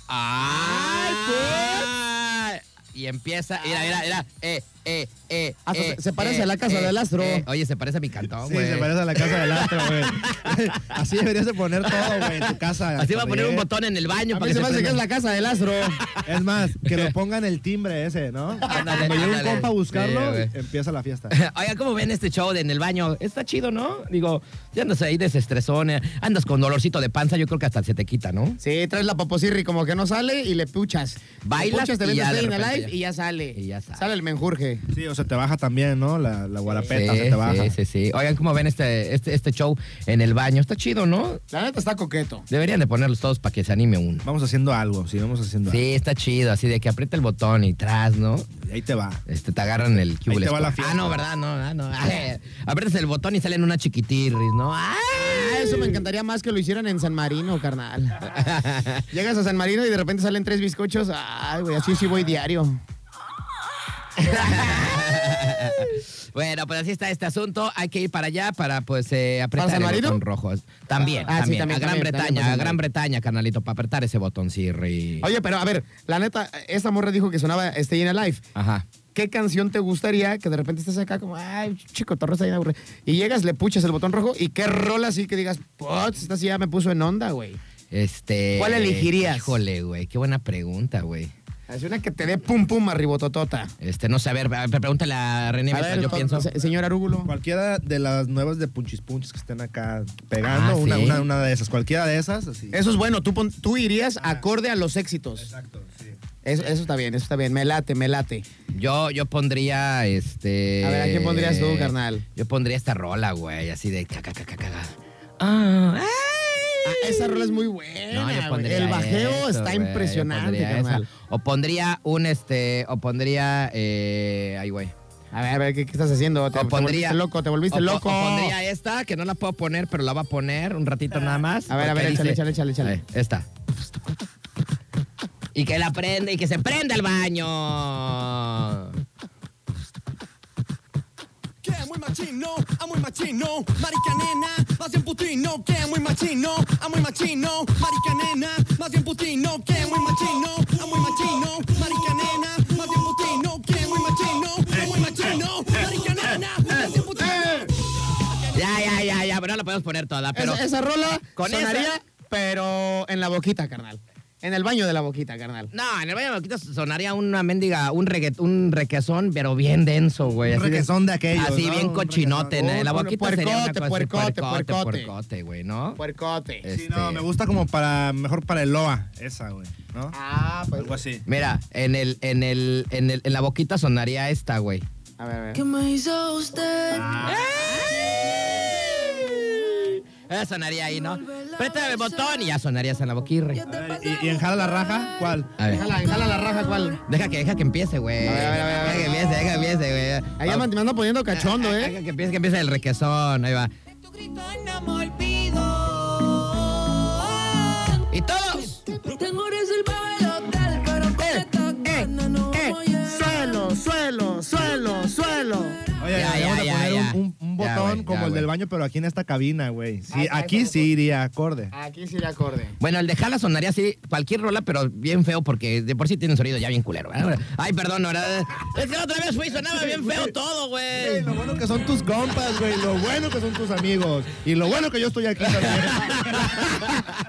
S2: ¡Ay, pues! Y empieza, mira, mira, mira, eh, eh, eh.
S4: Hasta
S2: eh,
S4: Ah, se- se parece
S2: eh,
S4: a la casa del astro.
S2: oye, se parece a mi cantón, Ah,
S3: Sí,
S2: güey.
S3: se parece a la casa del astro, güey. Así deberías de poner todo, güey, en tu casa.
S2: Así va a poner un
S3: Javier.
S2: botón en el baño
S4: a
S2: para
S4: mí
S2: que se
S4: se me hace que es
S2: prenda.
S4: la casa del astro.
S3: Es más, que lo pongan el timbre ese, ¿no? Cuando
S2: Ándale,
S3: llegue un
S2: ándale.
S3: compa a
S2: Sí,
S3: buscarlo,
S2: güey.
S3: empieza la fiesta.
S2: Oiga, ¿cómo ven este show de en el baño? Está chido, ¿no? Digo, ya andas ahí desestresón, eh, andas con dolorcito de panza, yo creo que hasta se te quita, ¿no?
S4: Sí, traes la popocirri como que no sale y le puchas.
S2: Bailas
S4: Le puchas, te
S2: y ya
S4: vendes
S2: de
S4: Stay in
S2: repente
S4: Alive
S2: ya.
S4: y ya sale.
S2: Y ya sale.
S4: Sale el menjurje.
S3: Sí, o sea, te baja también, ¿no? La, la guarapeta
S2: sí,
S3: se te baja.
S2: sí, sí, sí. Oigan, ¿cómo ven este, este, este show en el baño? Está chido, ¿no?
S4: La neta está coqueto.
S2: Deberían de ponerlos todos para que se anime uno.
S3: Vamos haciendo algo, sí, vamos haciendo
S2: Sí, está chido, así de que aprieta el botón y tras, ¿no?
S3: algo. Y Ahí te va.
S2: Este, te agarran el
S3: Ahí te va la
S2: Ah,
S3: fiesta.
S2: no, ¿verdad? No, ah, no. Ay, aprietas el botón y salen una chiquitirris, ¿no? ¡Ay!
S4: Ah, eso me encantaría más que lo hicieran en San Marino, carnal. Llegas a San Marino y de repente salen tres bizcochos. Ay, güey, así sí voy diario.
S2: Bueno, pues así está este asunto. Hay que ir para allá para, pues, eh, apretar
S4: ¿Para San
S2: el
S4: Marino?
S2: botón rojo. También,
S4: Ah, sí,
S2: también,
S4: también,
S2: A Gran Bretaña,
S4: también, también para
S2: a
S4: San
S2: Gran
S4: Marino.
S2: Bretaña, carnalito, para apretar ese botón, Sirri.
S4: Oye, pero a ver, la neta, esta morra dijo que sonaba Stay in Alive.
S2: Ajá.
S4: ¿Qué canción te gustaría que de repente estés acá como, ay, chico, Torres está bien aburrido? Y llegas, le puchas el botón rojo y qué rola así que digas, putz, esta sí ya me puso en onda, güey.
S2: Este.
S4: ¿Cuál elegirías?
S2: Híjole, güey. Qué buena pregunta, güey.
S4: Es una que te dé pum pum arribototota.
S2: Este, no sé, a ver, a ver, pregúntale a René
S4: A
S2: mientras
S4: ver, pues,
S2: yo pienso.
S4: se- señor Arúgulo.
S3: Cualquiera de las nuevas de Punchis Punchis que estén acá pegando,
S2: Ah,
S3: una,
S2: sí.
S3: una, una de esas, cualquiera de esas, así.
S4: Eso es bueno, tú, pon- tú irías acorde a los éxitos.
S3: Exacto, sí.
S4: Eso, eso está bien, eso está bien. Me late, me late.
S2: Yo, yo pondría este.
S4: A ver, ¿a quién pondrías tú, carnal?
S2: Yo pondría esta rola, güey, así de caca, caca, caca. Ah, ay.
S4: Ah, Esa rola es muy
S2: No, yo
S4: buena. güey.
S2: pondría
S4: el bajeo
S2: eso,
S4: está
S2: güey, yo
S4: impresionante,
S2: pondría esa.
S4: carnal.
S2: O pondría un este. O pondría. Eh, ay, güey.
S4: A ver, a ver, ¿qué, qué estás haciendo? Te,
S2: O
S4: te
S2: pondría.
S4: volviste loco, te volviste
S2: o po-
S4: loco.
S2: o pondría esta, que no la puedo poner, pero la voy a poner un ratito nada más.
S4: A ver, a
S2: porque
S4: ver, échale,
S2: dice-
S4: échale, échale, échale.
S2: A ver, Esta. Y que la prenda y que se prenda el baño.
S8: Que muy machino, a muy machino, marica nena, más bien putino, que muy machino, a muy machino, marica nena, más bien putino, que muy machino, a muy machino, marica nena, más bien putino, que muy machino, a muy machino, marica nena, más bien putino.
S2: Ya, ya, ya, ya, pero no la podemos poner toda, pero.
S4: esa, esa rola
S2: Con
S4: sonaría,
S2: esa-
S4: pero en la boquita, carnal. En el baño de la boquita, carnal.
S2: No, en el baño de Boquitas sonaría una mendiga, un reggaet, un requesón, pero bien denso, güey.
S3: Un
S2: así de-
S3: requesón de aquellos,
S2: Así
S3: ¿no?
S2: bien
S3: Un
S2: cochinote.
S3: requesón.
S2: ¿no? En la
S4: Oh,
S2: boquita
S4: puercote,
S2: sería una cosa así,
S4: puercote, puercote.
S2: puercote, güey, ¿no?
S4: Puercote.
S3: Sí, no,
S2: Este,
S3: me gusta como para, mejor para el Loa, esa, güey, ¿no?
S4: Ah, pues.
S3: Algo así.
S2: Mira, en el, en el, en el, en la boquita sonaría esta, güey.
S4: A ver, a ver.
S7: ¿Qué me hizo usted?
S2: Esa sonaría ahí, ¿no? Préstame el botón y ya sonarías en la boquirre.
S3: ¿Y, y en Jala la Raja? ¿Cuál?
S2: A ver.
S4: Jala, jala la raja, ¿cuál?
S2: Deja que, deja que empiece, güey.
S4: A ver, a ver, a ver, a
S2: Deja
S4: ver.
S2: que empiece, deja que empiece, güey.
S3: Ah.
S4: Ahí ya me,
S2: Vamos.
S4: me ando poniendo cachondo,
S2: Ah, ah,
S4: ¿eh?
S2: Deja que empiece, que empiece el requesón. Ahí va.
S7: Tu grito no me olvido.
S2: Y todos.
S7: Tengo eres el pelo del pero con esta gana
S3: ah,
S7: no voy a-
S4: Suelo, suelo, suelo, suelo.
S3: Oye,
S2: Ya,
S3: ya,
S2: ya,
S3: vamos
S2: ya,
S3: a poner
S2: ya.
S3: un, un- un
S2: Ya,
S3: botón
S2: güey,
S3: como
S2: ya,
S3: el del
S2: güey.
S3: baño, pero aquí en esta cabina, güey. Sí,
S4: Ah, ah,
S3: aquí
S4: como-
S3: sí iría acorde.
S4: Aquí sí le acorde.
S2: Bueno, el de Jala sonaría así, cualquier rola, pero bien feo, porque de por sí tiene un sonido ya bien culero. ¿verdad? Ay, perdón, ¿verdad? Es que la otra vez fui y sonaba bien feo todo,
S3: Güey,
S2: güey.
S3: lo bueno que son tus compas, güey. Lo bueno que son tus amigos. Y lo bueno que yo estoy aquí también.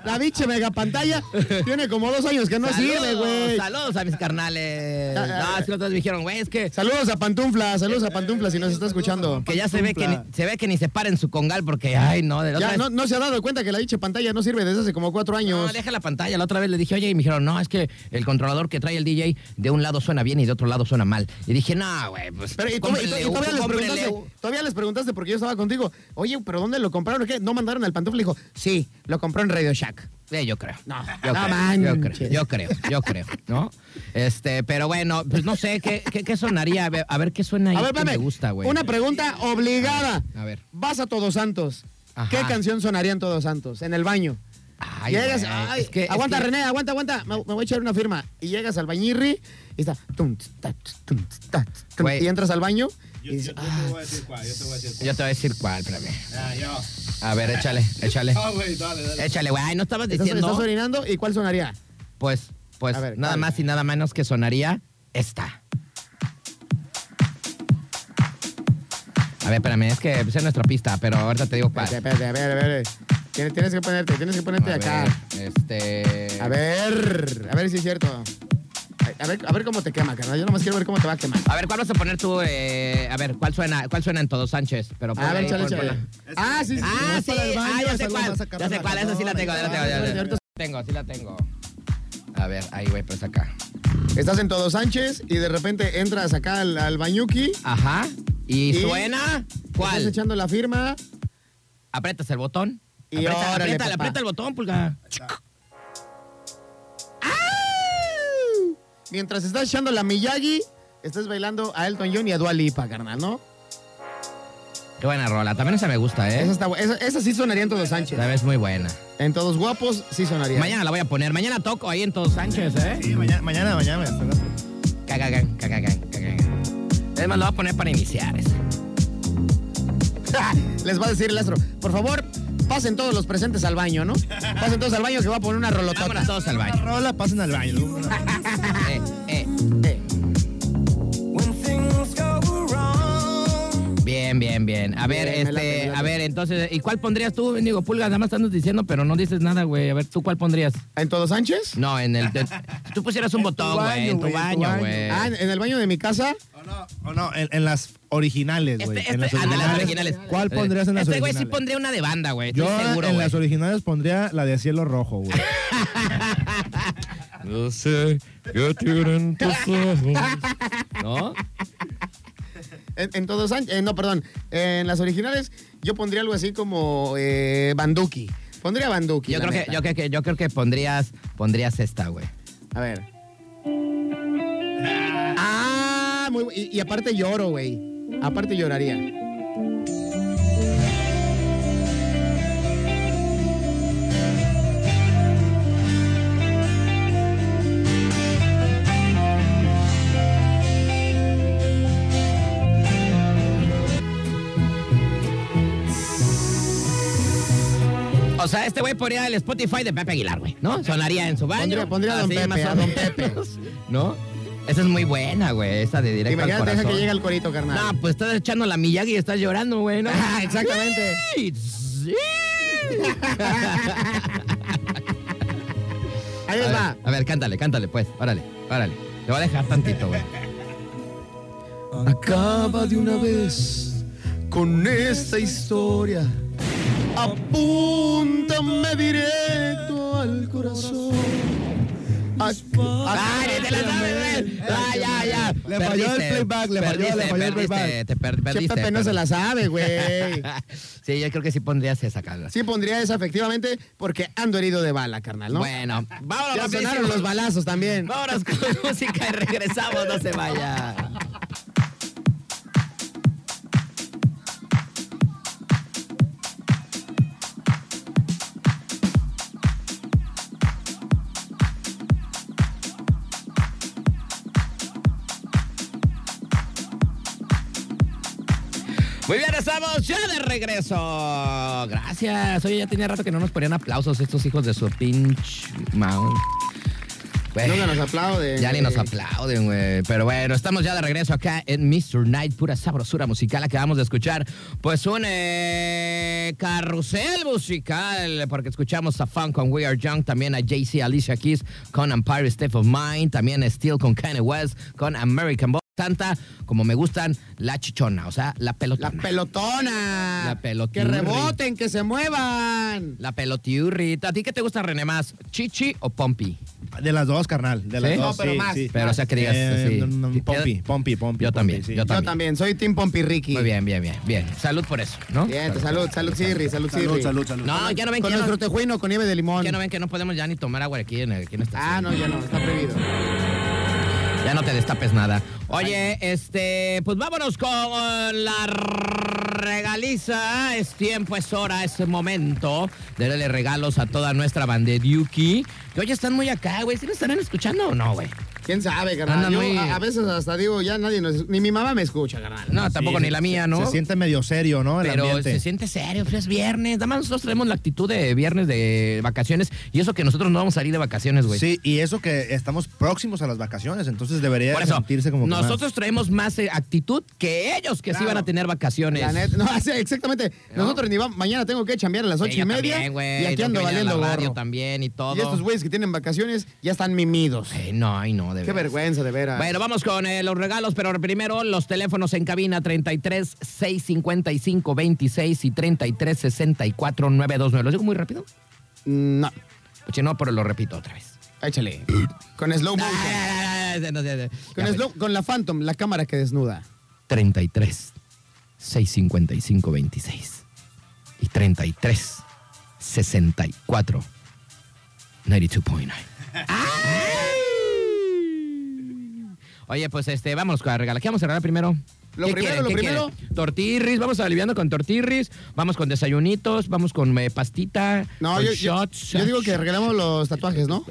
S4: La biche mega pantalla tiene como dos años que no sirve, güey.
S2: Saludos a mis carnales.
S4: Ah, ah,
S2: No, es que los otros dijeron, güey, es que,
S4: Saludos a Pantufla, saludos a Pantufla si nos está escuchando.
S2: que ya se ve que, ni,
S3: Cumpla.
S2: se ve que ni se paren su congal porque, ay, no, de la otra
S4: Ya
S2: vez-
S4: no, no se ha dado cuenta que la biche pantalla no sirve desde hace como cuatro
S2: No,
S4: años.
S2: deja la pantalla. La otra vez le dije, oye, y me dijeron, no, es que el controlador que trae el DJ de un lado suena bien y de otro lado suena mal. Y dije, no, güey, pues.
S4: Pero y, tú- y tú-
S2: cómprenle
S4: y
S2: un-
S4: todavía, les
S2: cómprenle
S4: preguntaste, todavía les preguntaste porque yo estaba contigo. Oye, pero ¿dónde lo compraron? ¿Qué? ¿No mandaron al pantufla? Dijo, sí, lo compró en Radio Shack.
S2: Eh, yo creo.
S4: No,
S2: yo,
S4: no
S2: creo, yo
S4: manches.
S2: creo, yo creo, yo creo, ¿no? Este, pero bueno, pues no sé, ¿qué, qué, qué sonaría? A ver, a ver qué suena ahí
S4: A ver,
S2: que este me
S4: espérame.
S2: gusta, güey.
S4: Una pregunta obligada.
S2: A ver, a ver.
S4: Vas a Todos Santos.
S2: Ajá.
S4: ¿Qué canción sonaría en Todos Santos? En el baño.
S2: Ay,
S4: llegas,
S2: güey,
S4: ay,
S2: es que- es
S4: aguanta
S2: que-
S4: René, aguanta, aguanta, me, me voy a echar una firma. Y llegas al bañirri y está... tum, tz, ta, tz, tum, tz, ta, tz, tum,
S2: Güey.
S4: y entras al baño y dices, ah,
S3: a decir cuál, yo te voy a decir
S2: Yo te voy a decir cuál, espérame.
S3: Ah, yo.
S2: A ver, échale, échale.
S3: güey, dale, dale.
S2: Échale, güey. Ay, no estabas
S4: ¿estás,
S2: diciendo.
S4: estás orinando y cuál sonaría?
S2: Pues, pues,
S4: A ver,
S2: nada
S4: ¿cuál?
S2: más y nada menos que sonaría esta. A ver, espérame, es que pues, es nuestra pista, pero ahorita te digo cuál.
S4: Espérate, espérate, a ver, a ver. Tienes, tienes que ponerte, tienes que ponerte
S2: A ver,
S4: acá.
S2: Este.
S4: A ver, a ver si es cierto. A- A ver, a ver cómo te quema, carnal. Yo nomás quiero ver cómo te va a quemar.
S2: A ver, ¿cuál vas a poner tú? eh, a ver, ¿cuál suena, cuál suena en Todos Sánchez? Pero
S4: A ver,
S2: ponle ahí,
S4: chale,
S2: pon-
S4: chale.
S2: ponla.
S4: Ah, sí, sí.
S2: Ah,
S3: vas
S2: sí,
S3: para el baño,
S2: ah, ya sé
S3: salgo,
S2: cuál.
S3: vas a sacar
S2: Ya sé
S3: la
S2: cuál, esa sí la tengo,
S3: cabrona,
S2: ya la tengo, ya la tengo. Tengo, sí la tengo. A ver, ahí, güey, pues acá.
S4: Estás en Todo Sánchez y de repente entras acá al, al bañuki.
S2: Ajá. ¿Y,
S4: Y-
S2: suena?
S4: Estás
S2: ¿Cuál?
S4: echando la firma.
S2: ¿Aprietas el botón?
S4: Y
S2: aprieta,
S4: órale,
S2: aprieta,
S4: papá.
S2: aprieta el botón, pulga.
S4: Mientras estás echando la Miyagi, estás bailando a Elton John y a Dua Lipa, carnal, ¿no?
S2: Qué buena rola. También esa me gusta,
S4: Esa,
S2: ¿eh?
S4: está, bu- esa, esa sí sonaría en Todos Sánchez.
S2: También es muy buena.
S4: En Todos Guapos sí sonaría.
S2: Mañana la voy a poner. Mañana toco ahí en Todos Sánchez, ¿eh?
S3: Sí, mañana, mañana, mañana.
S2: Cagagán, cagagán, cagagán. Es más, la voy a poner para iniciar esa.
S4: Les va a decir el astro, por favor, pasen todos los presentes al baño, ¿no? Pasen todos al baño que va a poner una rolotota.
S2: Vámonos todos al baño.
S3: Rola, pasen al baño.
S2: Eh, eh.
S7: When things go wrong.
S2: Bien, bien, bien. A ver,
S4: Bien, me
S2: este,
S4: late, me late.
S2: a ver, entonces, ¿y cuál pondrías tú, Digo, Pulga? Nada más estás diciendo, pero no dices nada, güey. A ver, ¿tú cuál pondrías?
S4: ¿En Todos Sánchez?
S2: No, en el... te- si tú pusieras un botón, güey,
S3: baño,
S2: en tu
S3: güey, en tu
S2: baño,
S3: baño.
S2: güey. Este,
S4: Ah, en en el baño de mi casa.
S3: O no, o no en, en las originales, güey.
S2: Este,
S3: en
S2: este,
S3: las
S2: ah, de
S3: originales.
S2: las originales.
S3: ¿Cuál pondrías en las
S2: Este güey
S3: originales?
S2: sí pondría una de banda, güey. Estoy
S3: Yo
S2: seguro,
S3: en
S2: güey.
S3: las originales pondría la de Cielo Rojo, güey.
S2: No sé, yo tienen tus ojos. ¿No?
S4: En, en Todos Sánchez. eh, no, perdón. En las originales yo pondría algo así como eh, Banduki. Pondría Banduki.
S2: Yo
S4: la
S2: creo que,
S4: neta.
S2: yo creo que, yo creo que pondrías, pondrías esta, güey.
S4: A ver. Ah, muy bu- y, y aparte lloro, güey. Aparte lloraría.
S2: O sea, este güey pondría el Spotify de Pepe Aguilar, güey, ¿no? Sonaría en su baño.
S4: Pondría- pondría a Don
S2: así,
S4: Pepe,
S2: más
S4: a
S2: o
S4: Don
S2: menos,
S4: Pepe.
S2: ¿No? Esa es muy buena, güey, esa de directo al
S4: Imagínate, deja que
S2: corazón.
S4: llegue al corito, carnal.
S2: No, pues estás echando la Miyagi y estás llorando, güey, ¿no?
S4: Ah, exactamente.
S2: Sí, sí.
S4: Ahí
S2: a
S4: les
S2: ver,
S4: va.
S2: a ver, cántale, cántale, pues. Órale, órale. Te voy a dejar tantito, güey.
S8: Acaba de una vez con esta historia. Apúntame directo al corazón.
S2: Ah, ¡Ay, te la sabes, güey! ¡Ah, ya, ya!
S3: Le falló el playback, le falló, le
S2: perdiste,
S3: falló el
S2: perdiste,
S3: playback.
S2: Te per-
S4: Che,
S2: perdiste.
S4: Pepe no se
S2: perdón.
S4: la sabe, güey.
S2: sí, yo creo que sí pondrías esa, Carla.
S4: Sí pondría esa efectivamente porque ando herido de bala, carnal, ¿no?
S2: Bueno, vámonos
S4: ya
S2: rapidísimo.
S4: sonaron los balazos también.
S2: Vámonos con música y regresamos, no se vaya. Muy bien, estamos ya de regreso. Gracias. Oye, ya tenía rato que no nos ponían aplausos estos hijos de su pinche mount. Bueno.
S4: Nunca nos aplauden.
S2: Ya ni nos
S4: aplauden.
S2: aplauden, güey. Pero bueno, estamos ya de regreso acá en Mr. Night, pura sabrosura musical. Acabamos de escuchar, pues, un eh, carrusel musical, porque escuchamos a Fun con We Are Young, también a Jay-Z, Alicia Keys con Empire State of Mind, también a Steel con Kanye West, con American Boy. Tanta como me gustan la chichona, o sea, la
S4: La
S2: pelotona.
S4: pelotona.
S2: La pelotona.
S4: Que reboten, que se muevan.
S2: la pelotiurrita. ¿A ti qué te gusta, René, más? ¿Chichi o Pompi?
S3: De las dos, carnal. De las
S2: ¿Sí?
S3: dos. Eh,
S2: No,
S4: pero más.
S2: Pero, o sea, que digas así.
S3: Pompi, Pompi, Pompi, Pompi.
S2: Yo también, yo
S4: Yo también, soy Tim Pompi Ricky.
S2: Muy bien, bien, bien, bien. Salud por eso, ¿no?
S4: Bien, te salud, salud, Sirri, salud,
S9: Salud,
S4: Sirri.
S9: salud, salud.
S2: No, ya no ven que
S4: Con
S2: ya no-
S4: nuestro tejuino con nieve de limón.
S2: Ya no ven que no podemos ya ni tomar agua aquí en, el- aquí en esta
S4: Ah, no, ya no, está prohibido.
S2: Ya no te destapes nada. Oye, este, pues vámonos con la regaliza. Es tiempo, es hora, es momento de darle regalos a toda nuestra banda de Duki. Que hoy están muy acá, güey. ¿Sí nos estarán escuchando o no, güey?
S4: ¿Quién sabe, carnal?
S2: Anda
S4: Yo
S2: muy-
S4: a, a veces hasta digo, ya nadie nos... Ni mi mamá me escucha, carnal.
S2: No, tampoco ni la mía, ¿no?
S3: Se siente medio serio, ¿no? El
S2: Pero
S3: ambiente.
S2: se siente serio, pues, es viernes. Nada más nosotros tenemos la actitud de viernes de vacaciones. Y eso que nosotros no vamos a salir de vacaciones, güey.
S3: Sí, y eso que estamos próximos a las vacaciones, entonces debería
S2: Por eso,
S3: sentirse como que más.
S2: nosotros traemos más eh, actitud que ellos que sí
S4: Claro.
S2: van a tener vacaciones.
S4: La neta, no, sí, exactamente. Nosotros ni vamos, mañana tengo que chambear a las
S2: Sí,
S4: ocho
S2: yo
S4: y media.
S2: también, güey.
S4: y aquí
S2: Tengo
S4: ando
S2: que venir a la
S4: valiendo
S2: radio
S4: gorro.
S2: también y todo.
S4: Y estos güeyes que tienen vacaciones ya están mimidos.
S2: Ay, no, ay, no, de
S4: Qué
S2: veras.
S4: vergüenza, de veras.
S2: Bueno, vamos con eh, los regalos, pero primero los teléfonos en cabina 33 655 26 y 33 64 929. ¿Lo digo muy rápido?
S4: No,
S2: Oye, no, pero lo repito otra vez.
S4: échale. Con slow motion.
S2: Ah, no, no, no, no.
S4: Con,
S2: Ya,
S4: slow- con la Phantom, la cámara que desnuda.
S2: 33 655 26 y 33 64 92.9. ¡Ay! Oye, pues este, vamos a regalar. ¿Qué vamos a regalar primero?
S4: Lo
S2: ¿Qué
S4: primero, lo
S2: ¿Qué
S4: primero.
S2: quieren? Tortirris, vamos aliviando con tortirris, vamos con desayunitos, vamos con eh, pastita,
S4: No,
S2: con
S4: yo, yo-
S2: shots.
S4: yo digo que regalemos los tatuajes, ¿no?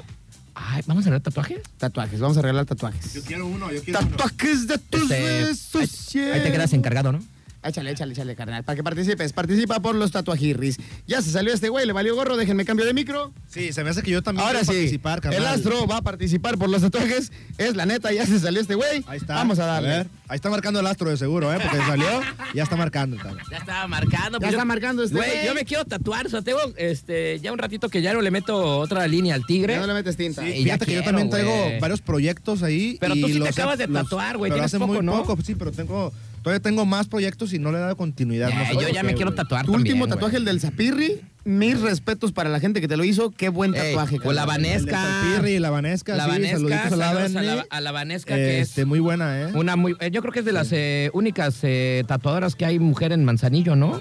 S2: Ay, ¿vamos a regalar tatuajes?
S4: Tatuajes, vamos a regalar tatuajes.
S9: Yo quiero uno, yo quiero uno.
S4: Tatuajes de tus
S2: Este,
S4: besos.
S2: ahí, ahí te quedas encargado, ¿no?
S4: Échale, échale, échale, carnal. Para que participes, participa por los tatuajirris. Ya se salió este güey, le valió gorro, déjenme cambio de micro.
S3: Sí, se me hace que yo también
S4: Ahora
S3: quiero
S4: sí,
S3: participar, carnal.
S4: el astro va a participar por los tatuajes. Es la neta, ya se salió este güey.
S3: Ahí está.
S4: Vamos a darle.
S3: ver, ahí está marcando el astro de seguro, ¿eh? Porque salió, ya está marcando. cabrón.
S2: Ya estaba marcando.
S4: Ya
S2: pues
S4: está marcando este
S2: Güey,
S4: güey.
S2: yo me quiero tatuar. O sea, tengo este, ya un ratito que ya no le meto otra línea al tigre.
S4: Ya no le metes tinta.
S2: Sí. Y ya
S3: Fíjate que
S2: quiero,
S3: yo también traigo
S2: güey.
S3: varios proyectos ahí.
S2: Pero tú sí te
S3: los-
S2: acabas de
S3: los-
S2: tatuar, güey,
S3: Pero
S2: tienes
S3: hace
S2: poco,
S3: muy
S2: ¿no?
S3: poco, sí, pero tengo... Todavía tengo más proyectos y no le he dado continuidad.
S2: Eh,
S3: no sé
S2: yo
S3: por
S2: ya me
S3: qué,
S2: quiero
S3: güey.
S2: tatuar
S4: Tu
S2: también,
S4: último
S2: güey.
S4: tatuaje, el del Zapirri. Mis respetos para la gente que te lo hizo. Qué buen
S2: Ey,
S4: tatuaje,
S2: o la
S4: carnal.
S3: El de
S2: Vanesca.
S3: Sapirri, la Vanesca,
S2: La
S3: sí,
S2: Vanesca,
S3: saluditos a la
S2: saludos a la-
S3: Vane.
S2: a la Vanesca, que es-
S3: Este, muy buena, ¿eh?
S2: Una muy, eh, yo creo que es de las eh, únicas eh, tatuadoras que hay mujer en Manzanillo, ¿no?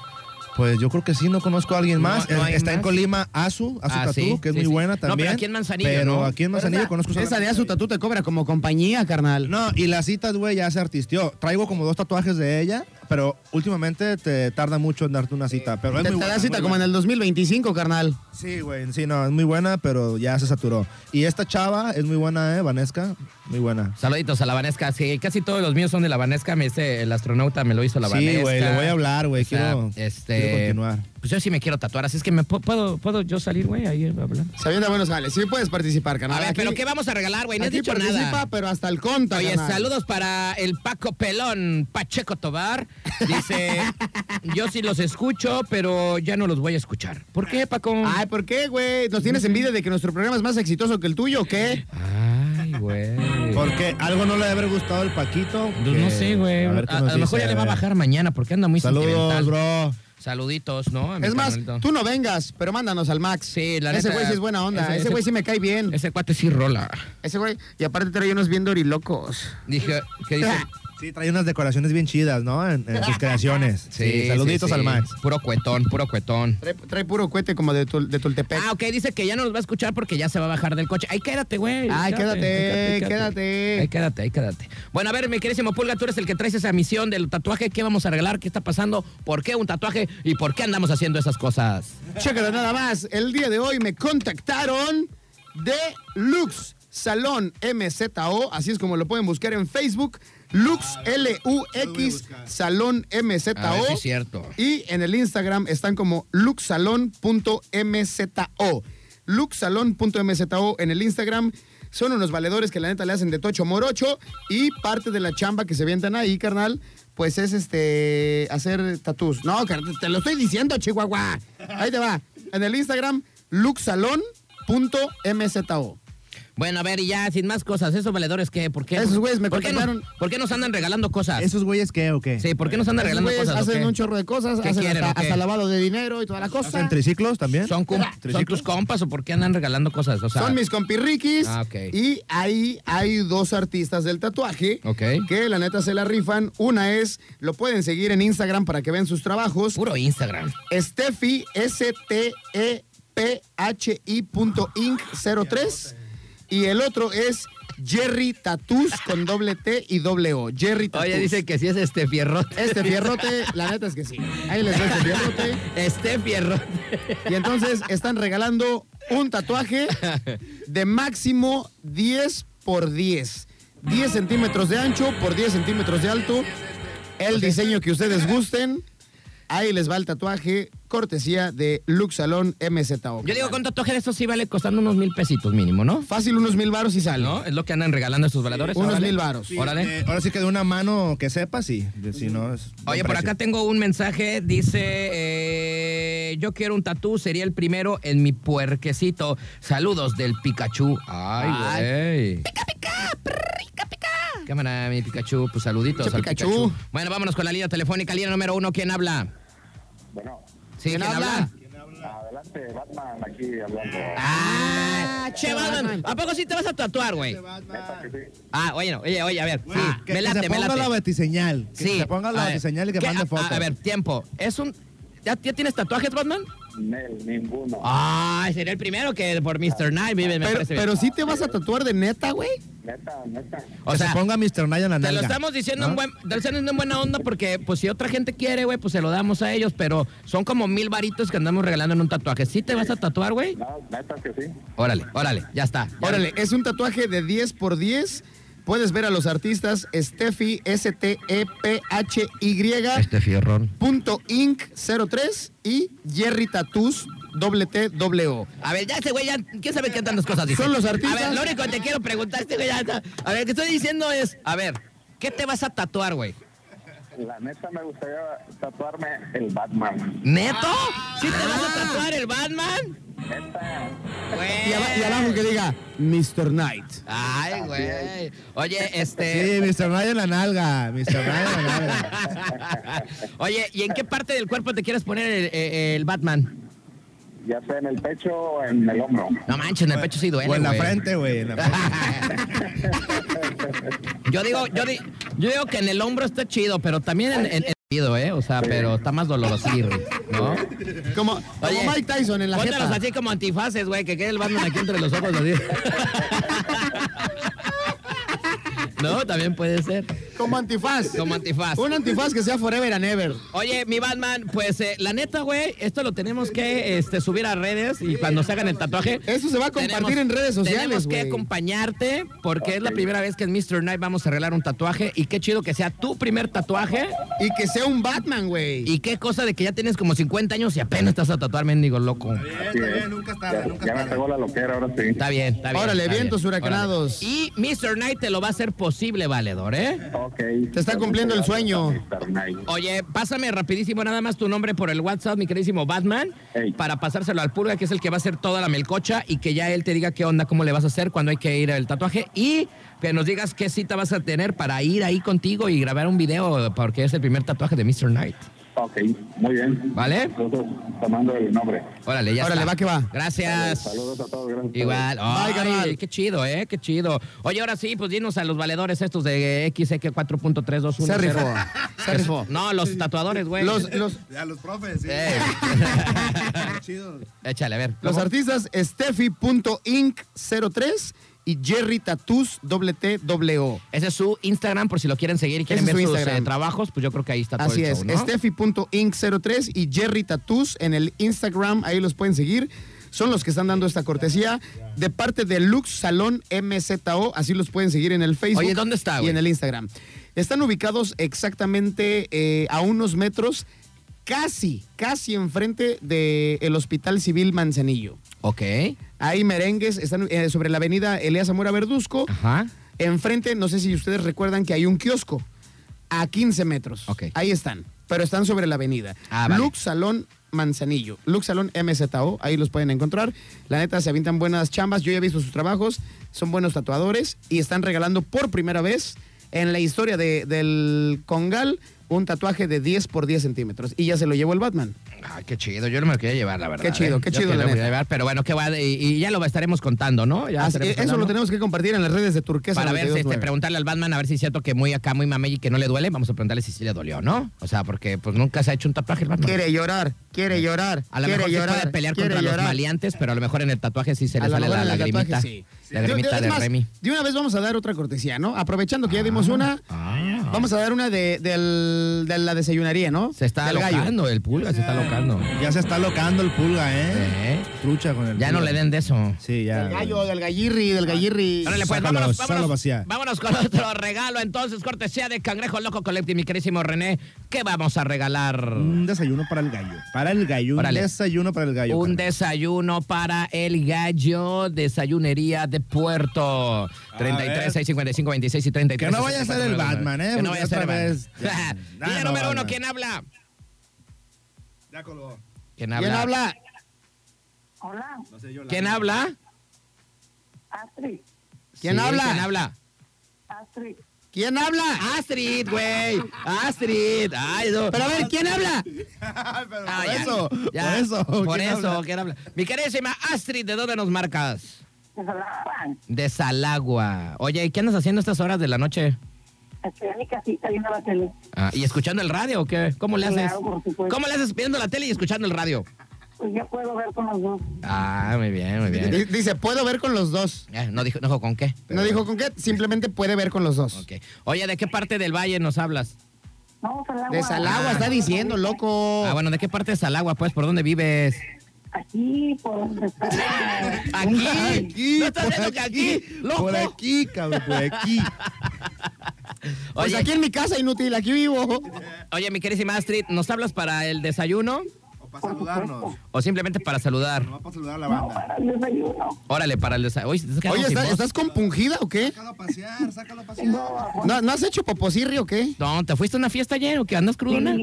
S3: Pues yo creo que sí, no conozco a alguien
S2: No,
S3: más. Eh,
S2: no hay
S3: Está en
S2: más.
S3: Colima Azu, Azu
S2: Ah,
S3: Tatú,
S2: sí,
S3: que es
S2: sí,
S3: muy
S2: sí.
S3: buena
S2: No, pero
S3: también.
S2: aquí en Manzanillo,
S3: Pero
S2: ¿no?
S3: aquí en
S4: Pero
S3: Manzanillo
S4: esa-
S3: conozco
S4: Esa de
S3: solamente
S4: Azu
S3: a ella.
S4: Tatú te cobra como compañía, carnal.
S3: No, y las citas, güey, ya se artistió. Traigo como dos tatuajes de ella, pero últimamente te tarda mucho en darte una cita. Pero es
S4: te
S3: muy
S4: te
S3: buena,
S4: da cita
S3: muy
S4: como en
S3: buena.
S4: el 2025, carnal.
S3: Sí, güey, sí, no, es muy buena, pero ya se saturó. Y esta chava es muy buena, ¿eh? Vanesca, muy buena.
S2: Saluditos a la Vanesca. Sí, casi todos los míos son de la Vanesca. Me dice el astronauta, me lo hizo la Vanesca.
S3: Sí, güey, le voy a hablar, güey,
S2: O sea,
S3: quiero-
S2: este,
S3: quiero continuar.
S2: Pues yo sí me quiero tatuar, así es que me pu- puedo, puedo yo salir, güey, ahí a hablar.
S4: Sabiendo buenos jales. Sí puedes participar, carnal.
S2: A ver,
S4: Aquí-
S2: pero ¿qué vamos a regalar, güey? No has
S4: aquí
S2: dicho
S4: participa,
S2: nada.
S4: pero hasta el conta,
S2: Oye,
S4: carnal.
S2: saludos para el Paco Pelón, Pacheco Tobar, Dice, yo sí los escucho, pero ya no los voy a escuchar. ¿Por qué, Paco?
S4: Ay, ¿por qué, güey? ¿Nos tienes envidia de que nuestro programa es más exitoso que el tuyo o
S2: Eh,
S4: qué?
S2: Ay, güey.
S3: Porque algo no le debe haber gustado al Paquito.
S2: Pues
S3: que-
S2: no sé, güey.
S3: A, ver qué
S2: A, a
S3: nos
S2: lo mejor
S3: dice,
S2: ya le va a
S3: ver.
S2: bajar mañana porque anda muy sentimental.
S3: Saludos, bro.
S2: Saluditos, ¿no? A mi
S4: Es más,
S2: carnalito.
S4: tú no vengas, pero mándanos al Max.
S2: Sí, la
S4: Ese
S2: neta,
S4: güey sí es buena
S2: ese-
S4: onda. Ese
S2: ese-
S4: güey sí me cae bien.
S2: Ese cuate sí rola.
S4: Ese güey. Y aparte trae unos bien dorilocos.
S2: Dije, ¿qué dice?
S3: Sí, trae unas decoraciones bien chidas, ¿no? En, en sus creaciones. Sí, saluditos
S2: sí.
S3: al Max.
S2: Puro cuetón, puro cuetón.
S4: Trae, trae puro cohete como de, Tul- de Tultepec.
S2: Ah, ok, dice que ya no nos va a escuchar porque ya se va a bajar del coche. Ay, quédate, güey.
S4: Ay, quédate, quédate.
S2: Ay, quédate, ay, quédate. Bueno, a ver, mi querísimo Pulga, tú eres el que traes esa misión del tatuaje. ¿Qué vamos a regalar? ¿Qué está pasando? ¿Por qué un tatuaje? ¿Y por qué andamos haciendo esas cosas?
S4: Chécalo nada más. El día de hoy me contactaron de Lux Salón MZO. Así es como lo pueden buscar en Facebook. Lux L-U-X Salón
S2: A ver
S4: MZO.
S2: si es cierto.
S4: Y en el Instagram están como luxsalon.mzo. Luxsalon.mzo en el Instagram. Son unos valedores que la neta le hacen de tocho morocho y parte de la chamba que se vientan ahí, carnal, pues es este hacer tatús. No, car- te lo estoy diciendo, Chihuahua. Ahí te va. En el Instagram luxsalon.mzo.
S2: Bueno, a ver, y ya, sin más cosas. ¿Esos valedores qué? ¿Por qué?
S4: Esos güeyes me
S2: ¿Por qué nos-
S4: contrataron.
S2: ¿Por qué nos andan regalando cosas?
S3: ¿Esos güeyes qué o qué?
S2: Sí, ¿por qué nos andan
S4: Esos
S2: regalando
S4: güeyes
S2: cosas? o
S4: Hacen
S2: qué?
S4: un chorro de cosas,
S2: ¿Qué
S4: hacen
S2: quieren, o
S4: hasta,
S2: qué?
S4: hasta lavado de dinero y toda la cosa.
S3: ¿Hacen triciclos también?
S2: ¿Son, cum- son
S3: ¿Triciclos?
S2: tus compas o por qué andan regalando cosas? O sea,
S4: Son mis compirriquis.
S2: Ah, ok.
S4: Y ahí hay dos artistas del tatuaje
S2: Ok.
S4: que la neta se la rifan. Una es, lo pueden seguir en Instagram para que vean sus trabajos.
S2: Puro Instagram.
S4: Steffi, E S-T-E-P-H-I punto Inc. 03. Y el otro es Jerry Tatus con doble T y doble O. Jerry Tatus.
S2: que sí es este fierrote.
S4: Este fierrote, la neta es que sí. Ahí les doy este fierrote.
S2: Este fierrote.
S4: Y entonces están regalando un tatuaje de máximo 10 por 10. 10 centímetros de ancho por 10 centímetros de alto. El diseño que ustedes gusten. Ahí les va el tatuaje, cortesía de Lux Salón MZO.
S2: Yo digo, con tatuaje de estos sí vale costando unos mil pesitos mínimo, ¿no?
S4: Fácil, unos mil baros y sale.
S2: ¿No? Es lo que andan regalando estos valedores.
S4: unos
S2: órale.
S4: mil varos.
S3: Sí,
S2: Órale.
S3: eh, ahora sí que de una mano que sepa, sí. De- si no, es buen
S2: Oye, por
S3: precio.
S2: acá tengo un mensaje, dice, eh, yo quiero un tatú, sería el primero en mi puerquecito. Saludos del Pikachu. Ay, güey. Pica, pica, pica, pica. Cámara, mi Pikachu, pues saluditos
S4: Che,
S2: al Pikachu.
S4: Pikachu.
S2: Bueno, vámonos con la línea telefónica, línea número uno, ¿quién habla?
S9: Bueno,
S2: Sí,
S4: ¿Quién
S2: ¿quién,
S4: habla?
S2: habla?
S9: adelante, Batman, aquí hablando.
S2: Ah, che, Batman, ¿a poco sí te vas a tatuar, güey? Ah, oye, no, oye, oye, a ver.
S3: Güey,
S2: Ah,
S3: que,
S2: me
S3: que
S2: late,
S3: se
S2: me
S3: ponga
S2: late.
S3: la batiseñal. Que
S2: Sí.
S3: se ponga
S2: a
S3: la
S2: ver,
S3: batiseñal y que
S2: ¿qué? Ah,
S3: mande
S2: A-
S3: fotos.
S2: A, ver, tiempo. ¿Es un. ¿Ya, ya tienes tatuajes, Batman?
S9: Nel, ninguno.
S2: Ay, sería el primero que por Mr. Night vive, me
S4: Pero,
S2: parece bien.
S4: pero sí te vas a tatuar de neta, güey.
S9: Neta, neta.
S2: o
S3: que
S2: sea,
S3: se ponga Mr. Night en la
S2: te lo
S3: nalga,
S2: estamos diciendo
S3: ¿no?
S2: en buen, te lo estamos diciendo en buena onda porque, pues, si otra gente quiere, güey, pues se lo damos a ellos, pero son como mil varitos que andamos regalando en un tatuaje. ¿Sí te vas a tatuar, güey?
S9: No, neta que sí.
S2: Órale, órale, ya está. ya.
S4: Órale, es un tatuaje de 10 por 10. Puedes ver a los artistas Steffi, E S-T-E-P-H-Y.
S2: Este fierrón.
S4: Punto Inc. 03 y Jerry Tatus doble T doble O.
S2: A ver, ya este güey, ya, ¿quién sabe qué tantas cosas dice?
S4: Son los artistas.
S2: A ver, lo único que te quiero preguntar, este güey, ya está. A ver, lo que estoy diciendo es, a ver, ¿qué te vas a tatuar, güey?
S9: La neta me gustaría tatuarme el Batman.
S2: ¿Neto? ¿Sí te vas a tatuar el Batman?
S9: Neta.
S2: Ah. Güey.
S4: Y, aba- y abajo que diga Mr. Knight.
S2: Ay, güey. Oye,
S3: Sí,
S2: este...
S3: Mr. Night en la nalga. Mr. Night en la nalga.
S2: Oye, ¿y en qué parte del cuerpo te quieres poner el, eh, el Batman?
S9: Ya sea en el pecho o en el hombro.
S2: No manches, en el pecho sí duele,
S3: Pues, O en la
S2: güey.
S3: frente, güey. en la frente.
S2: Yo digo, yo, di- yo digo que en el hombro está chido, pero también en, en- en el oído, ¿eh? O sea, pero está más doloroso, ¿no?
S4: Como, como
S2: Oye,
S4: Mike Tyson en la
S2: Póntelos
S4: jeta.
S2: así como antifaces, güey, que quede el Batman aquí entre los ojos así. no, también puede ser.
S4: Como antifaz.
S2: Como antifaz.
S4: Un antifaz que sea forever and ever.
S2: Oye, mi Batman, pues eh, la neta, güey, esto lo tenemos que este, subir a redes y cuando se hagan el tatuaje.
S4: Eso se va a compartir en redes sociales,
S2: Tenemos que
S4: güey.
S2: acompañarte porque es la
S9: Ok.
S2: primera vez que en Mr. Night vamos a arreglar un tatuaje y qué chido que sea tu primer tatuaje
S4: Y que sea un Batman, güey.
S2: y qué cosa de que ya tienes como 50 años y apenas estás a tatuar, mendigo loco.
S9: Así es. ¿eh? ya, ya me pegó la loquera ahora sí.
S2: Está bien, está bien.
S4: Órale,
S2: está
S4: vientos
S2: bien.
S4: huracanados.
S2: Órale. Y Mr. Knight te lo va a hacer posible, valedor, ¿eh?
S9: Ok, Ok.
S4: Te está cumpliendo el sueño.
S9: Mr. Nice.
S2: Oye, pásame rapidísimo nada más tu nombre por el WhatsApp, mi queridísimo Batman,
S9: Ey.
S2: para pasárselo al Pulga, que es el que va a hacer toda la melcocha y que ya él te diga qué onda, cómo le vas a hacer cuando hay que ir al tatuaje y que nos digas qué cita vas a tener para ir ahí contigo y grabar un video, porque es el primer tatuaje de Mr. Knight.
S9: Ok, muy bien.
S2: ¿Vale?
S9: Nosotros tomando el nombre.
S2: Órale, ya
S4: Órale,
S2: está.
S4: va que va.
S2: Gracias.
S9: Saludos a todos. Gracias.
S2: Igual. Ay,
S4: carnal.
S2: qué chido, ¿eh? Qué chido. Oye, ahora sí, pues dinos a los valedores estos de XX4.3210.
S4: Se rifó. Se rifó.
S2: No, los tatuadores, güey.
S4: Los, los,
S3: A los profes, sí.
S2: Eh.
S3: Chido.
S2: Échale, a ver.
S4: los
S2: ¿Cómo?
S4: artistas Steffi.inc03 y Jerry Tatus doble T doble O.
S2: Ese es su Instagram, por si lo quieren seguir y quieren
S4: Ese es
S2: ver
S4: su
S2: sus
S4: Instagram.
S2: eh, trabajos, pues yo creo que ahí está todo
S4: Así
S2: el
S4: es,
S2: show, ¿no?
S4: Steffi.inc03 y Jerry Tatus en el Instagram, ahí los pueden seguir. Son los que están dando esta cortesía de parte de Lux Salón MZO, así los pueden seguir en el Facebook.
S2: Oye, ¿dónde está,
S4: Y
S2: güey?
S4: en el Instagram. Están ubicados exactamente eh, a unos metros, casi, casi enfrente del Hospital Civil Manzanillo.
S2: Ok.
S4: Ahí merengues, están eh, sobre la avenida Elías Zamora Verduzco.
S2: Ajá.
S4: Enfrente, no sé si ustedes recuerdan que hay un kiosco a 15 metros.
S2: Ok.
S4: Ahí están, pero están sobre la avenida.
S2: Ah, vale.
S4: Lux Salón Manzanillo, Lux Salón MZO, ahí los pueden encontrar. La neta, se avientan buenas chambas, yo ya he visto sus trabajos, son buenos tatuadores y están regalando por primera vez en la historia de- del Congal un tatuaje de 10 por 10 centímetros. Y ya se lo llevó el Batman.
S2: Ay, qué chido. Yo no me lo quería llevar, la verdad.
S4: Qué chido,
S2: ¿eh?
S4: qué
S2: Yo
S4: chido,
S2: que
S4: la
S2: no me
S4: neta.
S2: quería llevar, pero bueno, qué va. Y, y ya lo estaremos contando, ¿no? Ya
S4: Así-
S2: estaremos
S4: eso lo
S2: hablando.
S4: tenemos que compartir en las redes de Turquesa.
S2: Para ver, si, este,
S4: 92.9.
S2: preguntarle al Batman a ver si es cierto que muy acá, muy mamey y que no le duele. Vamos a preguntarle si sí le dolió, ¿no? O sea, porque pues nunca se ha hecho un tatuaje el Batman.
S4: Quiere llorar, quiere llorar,
S2: a lo
S4: quiere
S2: mejor se
S4: llorar,
S2: puede pelear
S4: quiere
S2: contra los
S4: llorar.
S2: maleantes, pero a lo mejor en el tatuaje sí se
S4: A
S2: le
S4: lo
S2: sale
S4: mejor
S2: la
S4: en el
S2: lagrimita.
S4: tatuaje, sí.
S2: La
S4: De-
S2: lagrimita
S4: es
S2: de
S4: más,
S2: Remy.
S4: de una vez vamos a dar otra cortesía, ¿no? Aprovechando que ya dimos una,
S2: Ah.
S4: vamos a dar una de, del- de la desayunaría, ¿no?
S2: Se está
S4: Del gallo.
S2: locando, el pulga se está locando.
S3: Ya se está locando el pulga, ¿eh?
S2: ¿Eh?
S3: Trucha con el
S2: Ya no
S3: pulga.
S2: le den de eso.
S3: Sí, ya.
S4: Del gallo, del gallirri, del gallirri.
S2: Órale, pues,
S3: Sácalo,
S2: vámonos,
S3: sácalo
S2: vámonos,
S3: vacía.
S2: vámonos con otro regalo. Entonces, cortesía de Cangrejo Loco Collective, mi querísimo René. ¿Qué vamos a regalar?
S3: Un desayuno para el gallo. Para el gallo.
S2: Órale.
S3: Un desayuno para el gallo.
S2: Un
S3: carnal.
S2: desayuno para el gallo, desayunería de Puerto. 33,
S3: ver.
S2: 6, 55, 26 y 33.
S3: Que no vaya a ser el
S2: 64,
S3: Batman, ¿eh?
S2: Que no
S3: Porque
S2: vaya a ser el
S3: otra
S2: Batman.
S3: vez- Ya.
S2: Línea
S3: Ah, no,
S2: número uno,
S3: Batman.
S2: ¿quién habla?
S3: Ya colgó.
S2: ¿Quién
S4: ¿Quién habla?
S9: Hola,
S3: No sé, yo la-
S2: ¿Quién habla?
S9: Astrid.
S4: ¿Quién
S2: Sí,
S4: habla?
S2: ¿Quién habla?
S9: Astrid.
S4: ¿Quién habla?
S2: Astrid, güey. Astrid. Ay, no.
S4: Pero a ver, ¿quién habla?
S3: Pero
S2: Ah,
S3: por
S2: ya.
S3: eso.
S2: Ya.
S3: Por eso.
S2: Por
S3: ¿quién
S2: eso,
S3: habla?
S2: ¿quién habla? Mi queridísima Astrid, ¿de dónde nos marcas?
S9: Hola,
S2: De Salagua. Oye, ¿y qué andas haciendo a estas horas de la noche?
S9: Estoy en mi casita viendo la tele.
S2: Ah, ¿Y escuchando el radio o qué? ¿Cómo le haces?
S9: Claro, por supuesto.
S2: ¿Cómo le haces viendo la tele y escuchando el radio?
S9: Pues ya puedo ver con los dos.
S2: Ah, muy bien, muy
S4: D-
S2: bien.
S4: Dice, puedo ver con los dos.
S2: Eh, no dijo, no dijo con qué. pero
S4: No dijo con qué, simplemente puede ver con los dos.
S2: bueno. Ok. Oye, ¿de qué parte del valle nos hablas?
S9: No, Salagua.
S4: De Salagua está diciendo, loco.
S2: Ah, bueno, ¿de qué parte de Salagua, pues? ¿Por dónde vives?
S9: Aquí, por donde está. la-
S2: Aquí.
S3: Aquí,
S2: ¿No estás
S3: por
S2: viendo que aquí, loco?
S3: Por aquí, cabrón, por aquí.
S4: Pues
S2: Oye,
S4: aquí en mi casa, inútil, aquí vivo.
S2: oye, mi querísima Astrid, ¿nos hablas para el desayuno
S3: O para saludarnos.
S2: o simplemente para saludar?
S3: Nomás para saludar a la banda.
S9: Para el desayuno.
S2: Órale, para el desayuno. Oye, ¿estás quedando
S4: Oye,
S2: sin
S4: ¿está-
S2: voz?
S4: ¿estás compungida o qué?
S3: Sácalo a pasear, sácalo a pasear.
S4: ¿No, ¿no has hecho poposirri o qué?
S2: No, ¿te fuiste a una fiesta ayer o qué? ¿Andas crudona?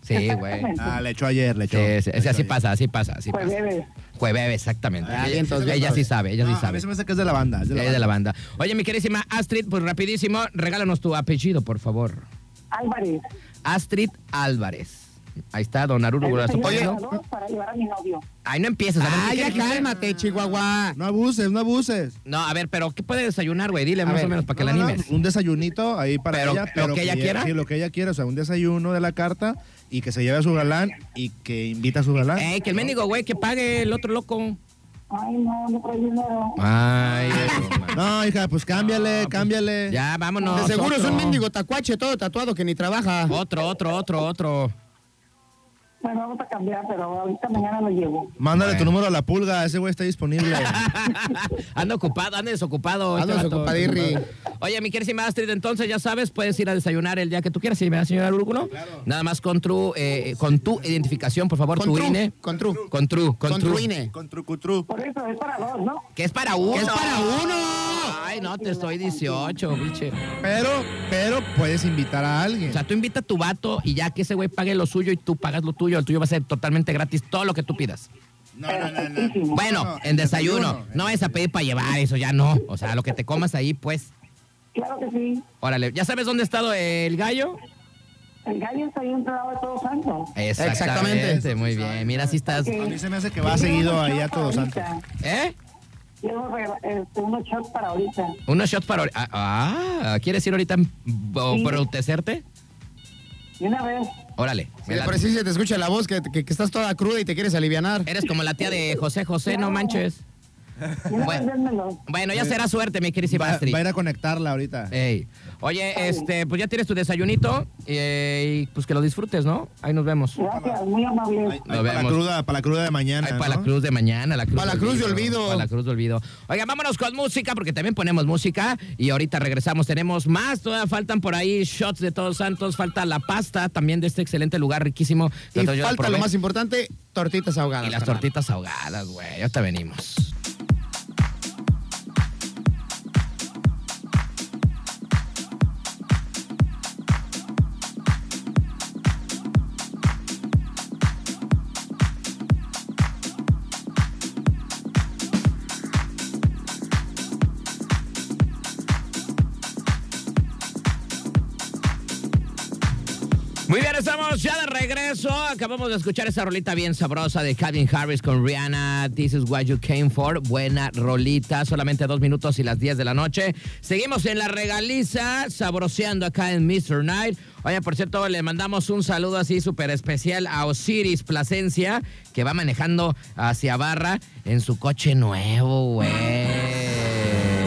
S2: Sí, güey.
S3: Ah, le echó ayer, le echó.
S2: Sí, sí,
S3: Le echó
S2: así
S3: ayer.
S2: pasa, así pasa, así
S9: Pues
S2: pasa.
S9: bebes.
S2: Jueves, exactamente.
S4: Ah,
S2: Ella-
S4: bien, entonces,
S2: ella
S4: bien,
S2: sí sabe, ella sí
S3: No, Ah, A
S2: sabe.
S3: mí se me hace que es de la banda. Es de la
S2: Es de la
S3: banda.
S2: banda. Oye, mi querísima Astrid, pues rapidísimo, regálanos tu apellido, por favor.
S9: Álvarez.
S2: Astrid Álvarez. Ahí está, don Aruro Gurazo.
S9: Oye.
S2: Oye,
S9: Para llevar a mi novio.
S2: ahí no empieces. A ver,
S4: Ah,
S2: ¿qué
S4: ya
S2: quieres hacer?
S4: cálmate, Chihuahua.
S3: No abuses, no abuses.
S2: No, a ver, pero ¿qué puede desayunar, güey? Dile
S4: A
S2: Este, más
S4: ver,
S2: o menos para que
S3: No,
S2: la
S3: no, no,
S2: animes.
S3: Un desayunito ahí para
S2: Pero-
S3: ella.
S2: lo que ella quiera.
S3: Sí, lo que ella quiera. O sea, un desayuno de la carta y que se lleve a su galán y que invita a su galán.
S2: Ey, que el mendigo, güey, que pague el otro loco.
S9: Ay, no, no traigo dinero.
S2: Ay, eso, man.
S3: No, hija, pues cámbiale, cámbiale.
S2: Ah, Ya, vámonos.
S4: De seguro es
S2: otro.
S4: un mendigo tacuache todo tatuado que ni trabaja.
S3: Oh,
S2: Otro, otro, otro, otro.
S9: Bueno, pues, vamos a cambiar, pero ahorita mañana lo llevo.
S3: Mándale tu
S2: Bueno.
S3: número a la pulga, ese güey está disponible.
S2: anda ocupado, anda desocupado. este
S4: Anda
S2: vato.
S4: desocupadirri.
S2: Oye, mi querida Astrid, entonces ya sabes, puedes ir a desayunar el día que tú quieras, si me da señora Urguno. Nada más con tu, eh, con tu identificación, por favor,
S4: Con
S2: tu
S4: tru,
S2: INE.
S4: con tru. E.
S2: Con tru, con,
S4: Con
S2: tru.
S4: truine.
S3: Con trucutru.
S9: Por eso es para dos, ¿no?
S2: Que es para uno.
S4: ¡Que es para uno!
S2: Ay, Ay, no, te estoy 18, biche.
S3: Pero, pero puedes invitar a alguien.
S2: O sea, tú invita a tu vato y ya que ese güey pague lo suyo y tú pagas lo tuyo, el tuyo va a ser totalmente gratis todo lo que tú pidas.
S3: no, no, no, no.
S2: Bueno, en desayuno. No vayas a pedir para llevar, eso ya no. O sea, lo que te comas ahí, pues.
S10: Claro que sí.
S2: Órale, ¿ya sabes dónde ha estado el gallo?
S10: El gallo está ahí entrado de Todos Santos.
S2: Exactamente. Muy bien, mira si estás...
S3: A mí se me hace que va seguido ahí a Todos Santos.
S2: ¿Eh?
S10: Llevo este, unos shots para ahorita.
S2: Unos shots para... ahori- Ah, ah, ¿quieres ir ahorita a
S10: Sí.
S2: embrutecerte?
S10: Y una vez,
S2: Órale. me
S4: Me
S2: late.
S4: parece que se te escucha la voz, que, que- que estás toda cruda y te quieres alivianar.
S2: Eres como la tía de José José, no manches.
S10: y una
S2: Bueno.
S10: vez dénmelo.
S2: Bueno, ya será suerte, mi querísima
S3: Va,
S2: Astrid.
S3: va a ir a conectarla ahorita.
S2: Ey. Oye, este, pues ya tienes tu desayunito eh, y pues que lo disfrutes, ¿no? Ahí nos vemos.
S10: Gracias, muy amable.
S3: Ahí- ahí
S2: Nos
S3: para, la
S2: vemos.
S3: cruda, para la cruda de mañana.
S2: Ay, para la
S3: ¿no?
S2: cruz de mañana, la cruz
S4: Para la cruz de olvido.
S2: Para la cruz de olvido. Oiga, vámonos con música, porque también ponemos música. Y ahorita regresamos, tenemos más. Todavía faltan por ahí shots de Todos Santos. Falta la pasta también de este excelente lugar, riquísimo.
S4: Y
S2: Entonces, yo la
S4: falta
S2: probé.
S4: lo más importante, tortitas ahogadas.
S2: Y las
S4: carnal.
S2: tortitas ahogadas, güey. Ya te venimos. Muy bien, estamos ya de regreso. Acabamos de escuchar esa rolita bien sabrosa de Calvin Harris con Rihanna. This is what you came for. Buena rolita. Solamente dos minutos y las 10 de la noche. Seguimos en la regaliza, sabroseando acá en Mr. Night. Oye, por cierto, le mandamos un saludo así súper especial a Osiris Plasencia, que va manejando hacia Barra en su coche nuevo, güey.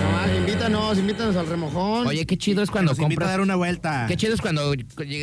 S4: No, invítanos, invítanos al remojón.
S2: Oye, qué chido es cuando
S3: Nos invita a
S2: compras
S3: dar una vuelta.
S2: Qué chido es cuando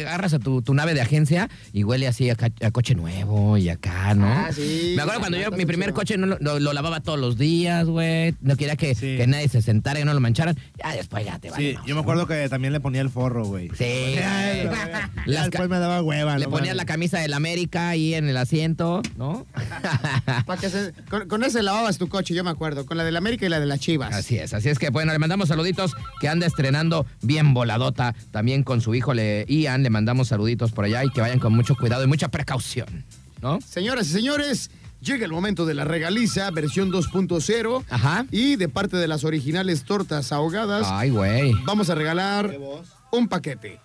S2: agarras a tu, tu nave de agencia y huele así a, ca- a coche nuevo y acá, ¿no?
S4: Ah, sí.
S2: Me acuerdo cuando yo
S4: Está
S2: mi
S4: muy
S2: primer
S4: chido.
S2: coche no lo, lo- lo lavaba todos los días, güey. No quería que,
S3: Sí.
S2: que nadie se sentara y no lo mancharan. Ya después ya te vale.
S3: Sí,
S2: ¿no?
S3: yo me acuerdo que también le ponía el forro, güey.
S2: Sí.
S3: Ya, ya, ya. Ya
S2: Las ca-
S3: después me daba hueva.
S2: Le
S3: no
S2: ponías la
S3: mames.
S2: camisa del América ahí en el asiento, ¿no?
S4: Pa' que se- con, con ese lavabas tu coche, yo me acuerdo. Con la del América y la de las Chivas.
S2: Así es, así es que bueno, le mandamos saluditos que anda estrenando bien voladota también con su hijo le, Ian, le mandamos saluditos por allá y que vayan con mucho cuidado y mucha precaución, ¿no?
S4: Señoras y señores, llega el momento de la regaliza, versión 2.0.
S2: Ajá. Ah.
S4: Y de parte de las originales tortas ahogadas,
S2: Ay, güey.
S4: vamos a regalar un paquete.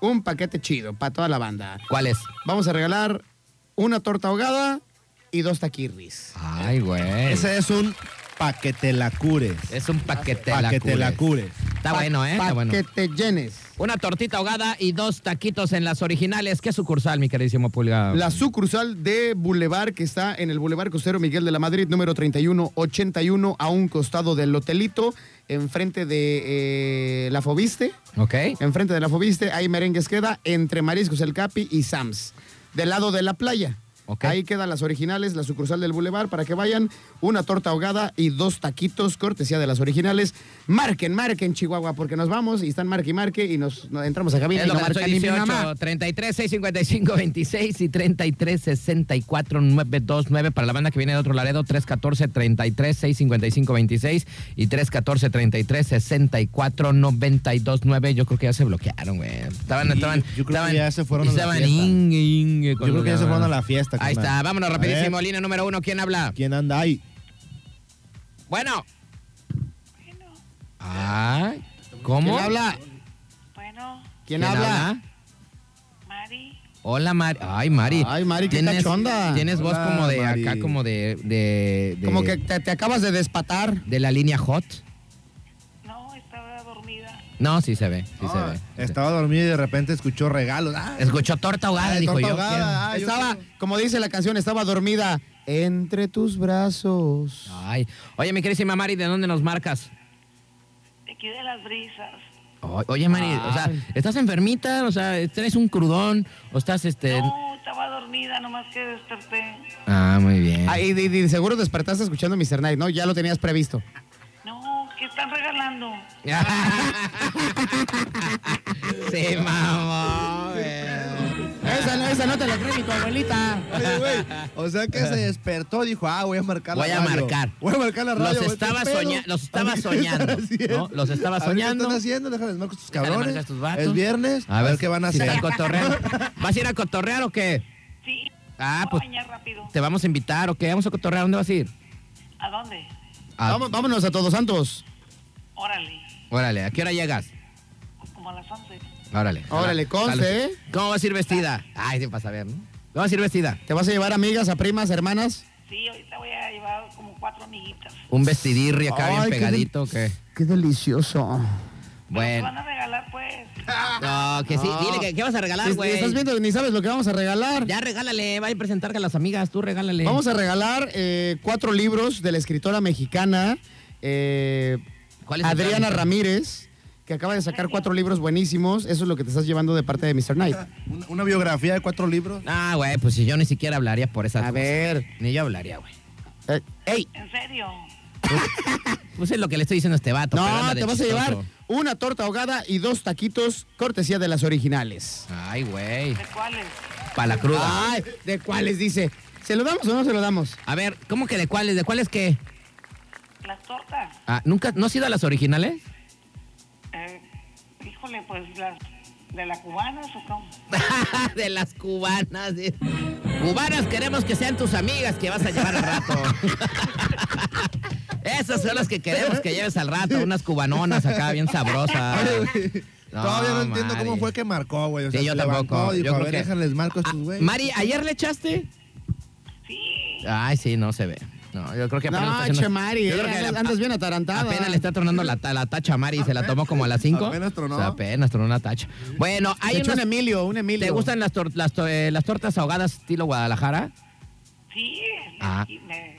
S4: Un paquete chido para toda la banda.
S2: ¿Cuál es?
S4: Vamos a regalar una torta ahogada y dos taquirris.
S2: Ay, güey.
S3: Ese es un pa' que te la cures.
S2: Es un paquete
S3: Pa' que te la cures.
S2: Está bueno, ¿eh? Está
S4: Para
S2: bueno.
S4: que te llenes.
S2: Una tortita ahogada y dos taquitos en las originales. ¿Qué sucursal, mi queridísimo Pulga?
S4: La sucursal de Boulevard que está en el Boulevard Costero Miguel de la Madrid, número 3181, a un costado del hotelito, enfrente de eh, la Fobiste.
S2: ¿Ok?
S4: Enfrente de la Fobiste, ahí Merengues queda, entre Mariscos El Capi y Sams. Del lado de la playa.
S2: Ok.
S4: Ahí quedan las originales, la sucursal del Boulevard, para que vayan. Una torta ahogada y dos taquitos, cortesía de las originales. Marquen, marquen, Chihuahua, porque nos vamos y están marque y marque y nos, nos entramos a cabina
S2: Es
S4: y
S2: lo
S4: no
S2: que
S4: marcan
S2: estoy
S4: ni mi
S2: 18,
S4: mamá.
S2: 33 655 26 y 33 64 929 para la banda que viene de otro Laredo 314 33 655 26 y 314 33 64 929 yo creo que ya se bloquearon güey estaban
S3: Sí,
S2: estaban
S3: yo creo que
S2: estaban-
S3: ya se fueron a la
S2: estaban
S3: fiesta.
S2: ingue, ingue con
S3: Yo creo
S2: los
S3: que ya se fueron a
S2: demás.
S3: la fiesta.
S2: ahí
S3: carnal.
S2: está vámonos
S3: A
S2: rapidísimo
S3: ver,
S2: línea número uno quién habla
S3: ¿Quién anda ahí?
S2: bueno Ay, cómo
S4: ¿Quién habla?
S10: Bueno,
S4: ¿Quién, habla?
S10: Mari,
S2: Hola, Mari. Ay, Mari.
S4: Ay, Mari, qué
S2: Tienes-
S4: cachonda.
S2: Tienes voz
S3: Hola,
S2: como de
S3: Mari.
S2: acá, como de, de, de-
S4: Como que te, te acabas de despatar.
S2: De la línea hot.
S10: no, estaba dormida.
S2: No, sí se ve, sí se
S3: Ah,
S2: ve.
S3: Estaba dormido y de repente escuchó regalos. Ah,
S2: Escuchó torta ahogada,
S4: Eh,
S3: Ay,
S2: dijo
S3: torta
S2: yo.
S3: ahogada, Ah, yo
S4: estaba, como dice la canción, estaba dormida entre tus brazos.
S2: Ay. Oye, mi queridísima Mari, ¿de dónde nos marcas?
S10: De aquí de las brisas.
S2: O- Oye, Mari, o sea, ¿estás enfermita? O sea, ¿tienes un crudón? ¿O estás este...?
S10: No, estaba dormida, nomás que desperté.
S2: Ah, muy bien.
S4: Ah, y, y- y seguro despertaste escuchando Mr. Night, ¿no? Ya lo tenías previsto.
S10: No, ¿qué están regalando?
S2: sí, mamón. güey.
S4: Esa, no-
S11: esa no te la cree ni tu abuelita.
S3: Oye, güey, O sea que se despertó y dijo, ah, voy a marcar
S2: Voy
S3: la
S2: a
S3: radio.
S2: marcar.
S3: Voy a marcar la radio.
S2: Los
S3: güey,
S2: estaba,
S3: ¿qué pedo?
S2: soña- los
S3: A
S2: estaba
S3: ver, ¿qué están
S2: soñando. ¿no?
S3: haciendo?
S2: Los estaba
S3: A ver,
S2: soñando.
S3: ¿Qué están haciendo? Déjales marco estos
S2: Déjales
S3: cabrones.
S2: marco a estos vatos.
S3: Es viernes.
S2: A ver qué van a
S3: si
S2: hacer.
S3: están
S2: cotorreando. ¿Vas a ir a cotorrear o qué?
S10: Sí.
S2: Ah,
S10: voy
S2: pues
S10: a bañar rápido.
S2: te vamos a invitar o qué. Vamos a cotorrear. ¿Dónde vas a ir?
S10: ¿A dónde?
S2: Ah,
S4: Vamos- vámonos a Todos Santos.
S10: Órale,
S2: Órale, ¿a qué hora llegas?
S10: como a las 11.
S2: Órale.
S4: Órale, conste, ¿eh?
S2: ¿Cómo vas a ir vestida? Ay, sí, para saber, ¿no? ¿Cómo vas a ir vestida?
S4: ¿Te vas a llevar amigas, a primas, hermanas?
S10: Sí, ahorita voy a llevar como cuatro amiguitas.
S2: Un vestidirri acá
S4: Ay,
S2: bien
S4: qué
S2: pegadito. que
S4: Qué delicioso.
S10: Me
S2: Bueno.
S10: van a regalar, pues.
S2: No, que sí.
S4: No.
S2: Dile, que, ¿qué vas a regalar,
S4: Si-
S2: güey?
S4: Este, Estás viendo que ni sabes lo que vamos a regalar.
S2: Ya regálale, vaya a presentar a las amigas, tú regálale.
S4: Vamos a regalar eh, cuatro libros de la escritora mexicana eh,
S2: ¿Cuál es el
S4: Adriana
S2: plan?
S4: Ramírez, que acaba de sacar cuatro libros buenísimos. Eso es lo que te estás llevando de parte de Mr. Knight.
S3: Una, una biografía de cuatro libros.
S2: Ah, güey, pues si yo ni siquiera hablaría por esa.
S4: A ver.
S2: Ni yo hablaría, güey.
S4: eh, ¡Ey!
S10: ¿En serio?
S2: Pues es lo que le estoy diciendo a este vato. pero
S4: No,
S2: anda de
S4: te vas a
S2: chistoso.
S4: llevar una torta ahogada y dos taquitos, cortesía de las originales.
S2: Ay, güey.
S10: ¿De cuáles?
S2: Para la cruda.
S4: Ay, ¿de cuáles dice? ¿Se lo damos o no se lo damos?
S2: A ver, ¿cómo que de cuáles? ¿De cuáles qué?
S10: Las tortas.
S2: Ah, ¿Nunca, no has ido a las originales?
S10: Eh, híjole, pues las de las cubanas o cómo.
S2: de las cubanas. dice. Cubanas queremos que sean tus amigas que vas a llevar al rato. Esas son las que queremos que lleves al rato, unas cubanonas acá bien sabrosas. No,
S3: Todavía no entiendo
S2: Mari.
S3: cómo fue que marcó, güey. O sea,
S2: Sí, yo
S3: se
S2: tampoco.
S3: levantó, Dijo,
S2: Yo
S3: a
S2: creo
S3: ver,
S2: que- Ah,
S3: déjales marco a estos güeyes.
S2: Mari, ¿ayer le echaste?
S10: Sí.
S2: Ay, sí, no se ve. No, yo creo que apenas
S4: No,
S2: está haciendo-
S4: Chemari,
S2: yo creo
S4: eh,
S2: que
S4: andas,
S2: la-
S4: andas bien atarantado. eh.
S2: Apenas le está tronando la, ta- la tacha a Mari, se la tomó como a las 5.
S3: Apenas tronó.
S2: apenas tronó una tacha. Bueno, hay
S4: Hay un
S2: unas-
S4: Emilio, un Emilio.
S2: ¿Te gustan las, tor- las, to- eh, las tortas ahogadas estilo Guadalajara?
S10: Sí, me-
S2: Ah.
S10: me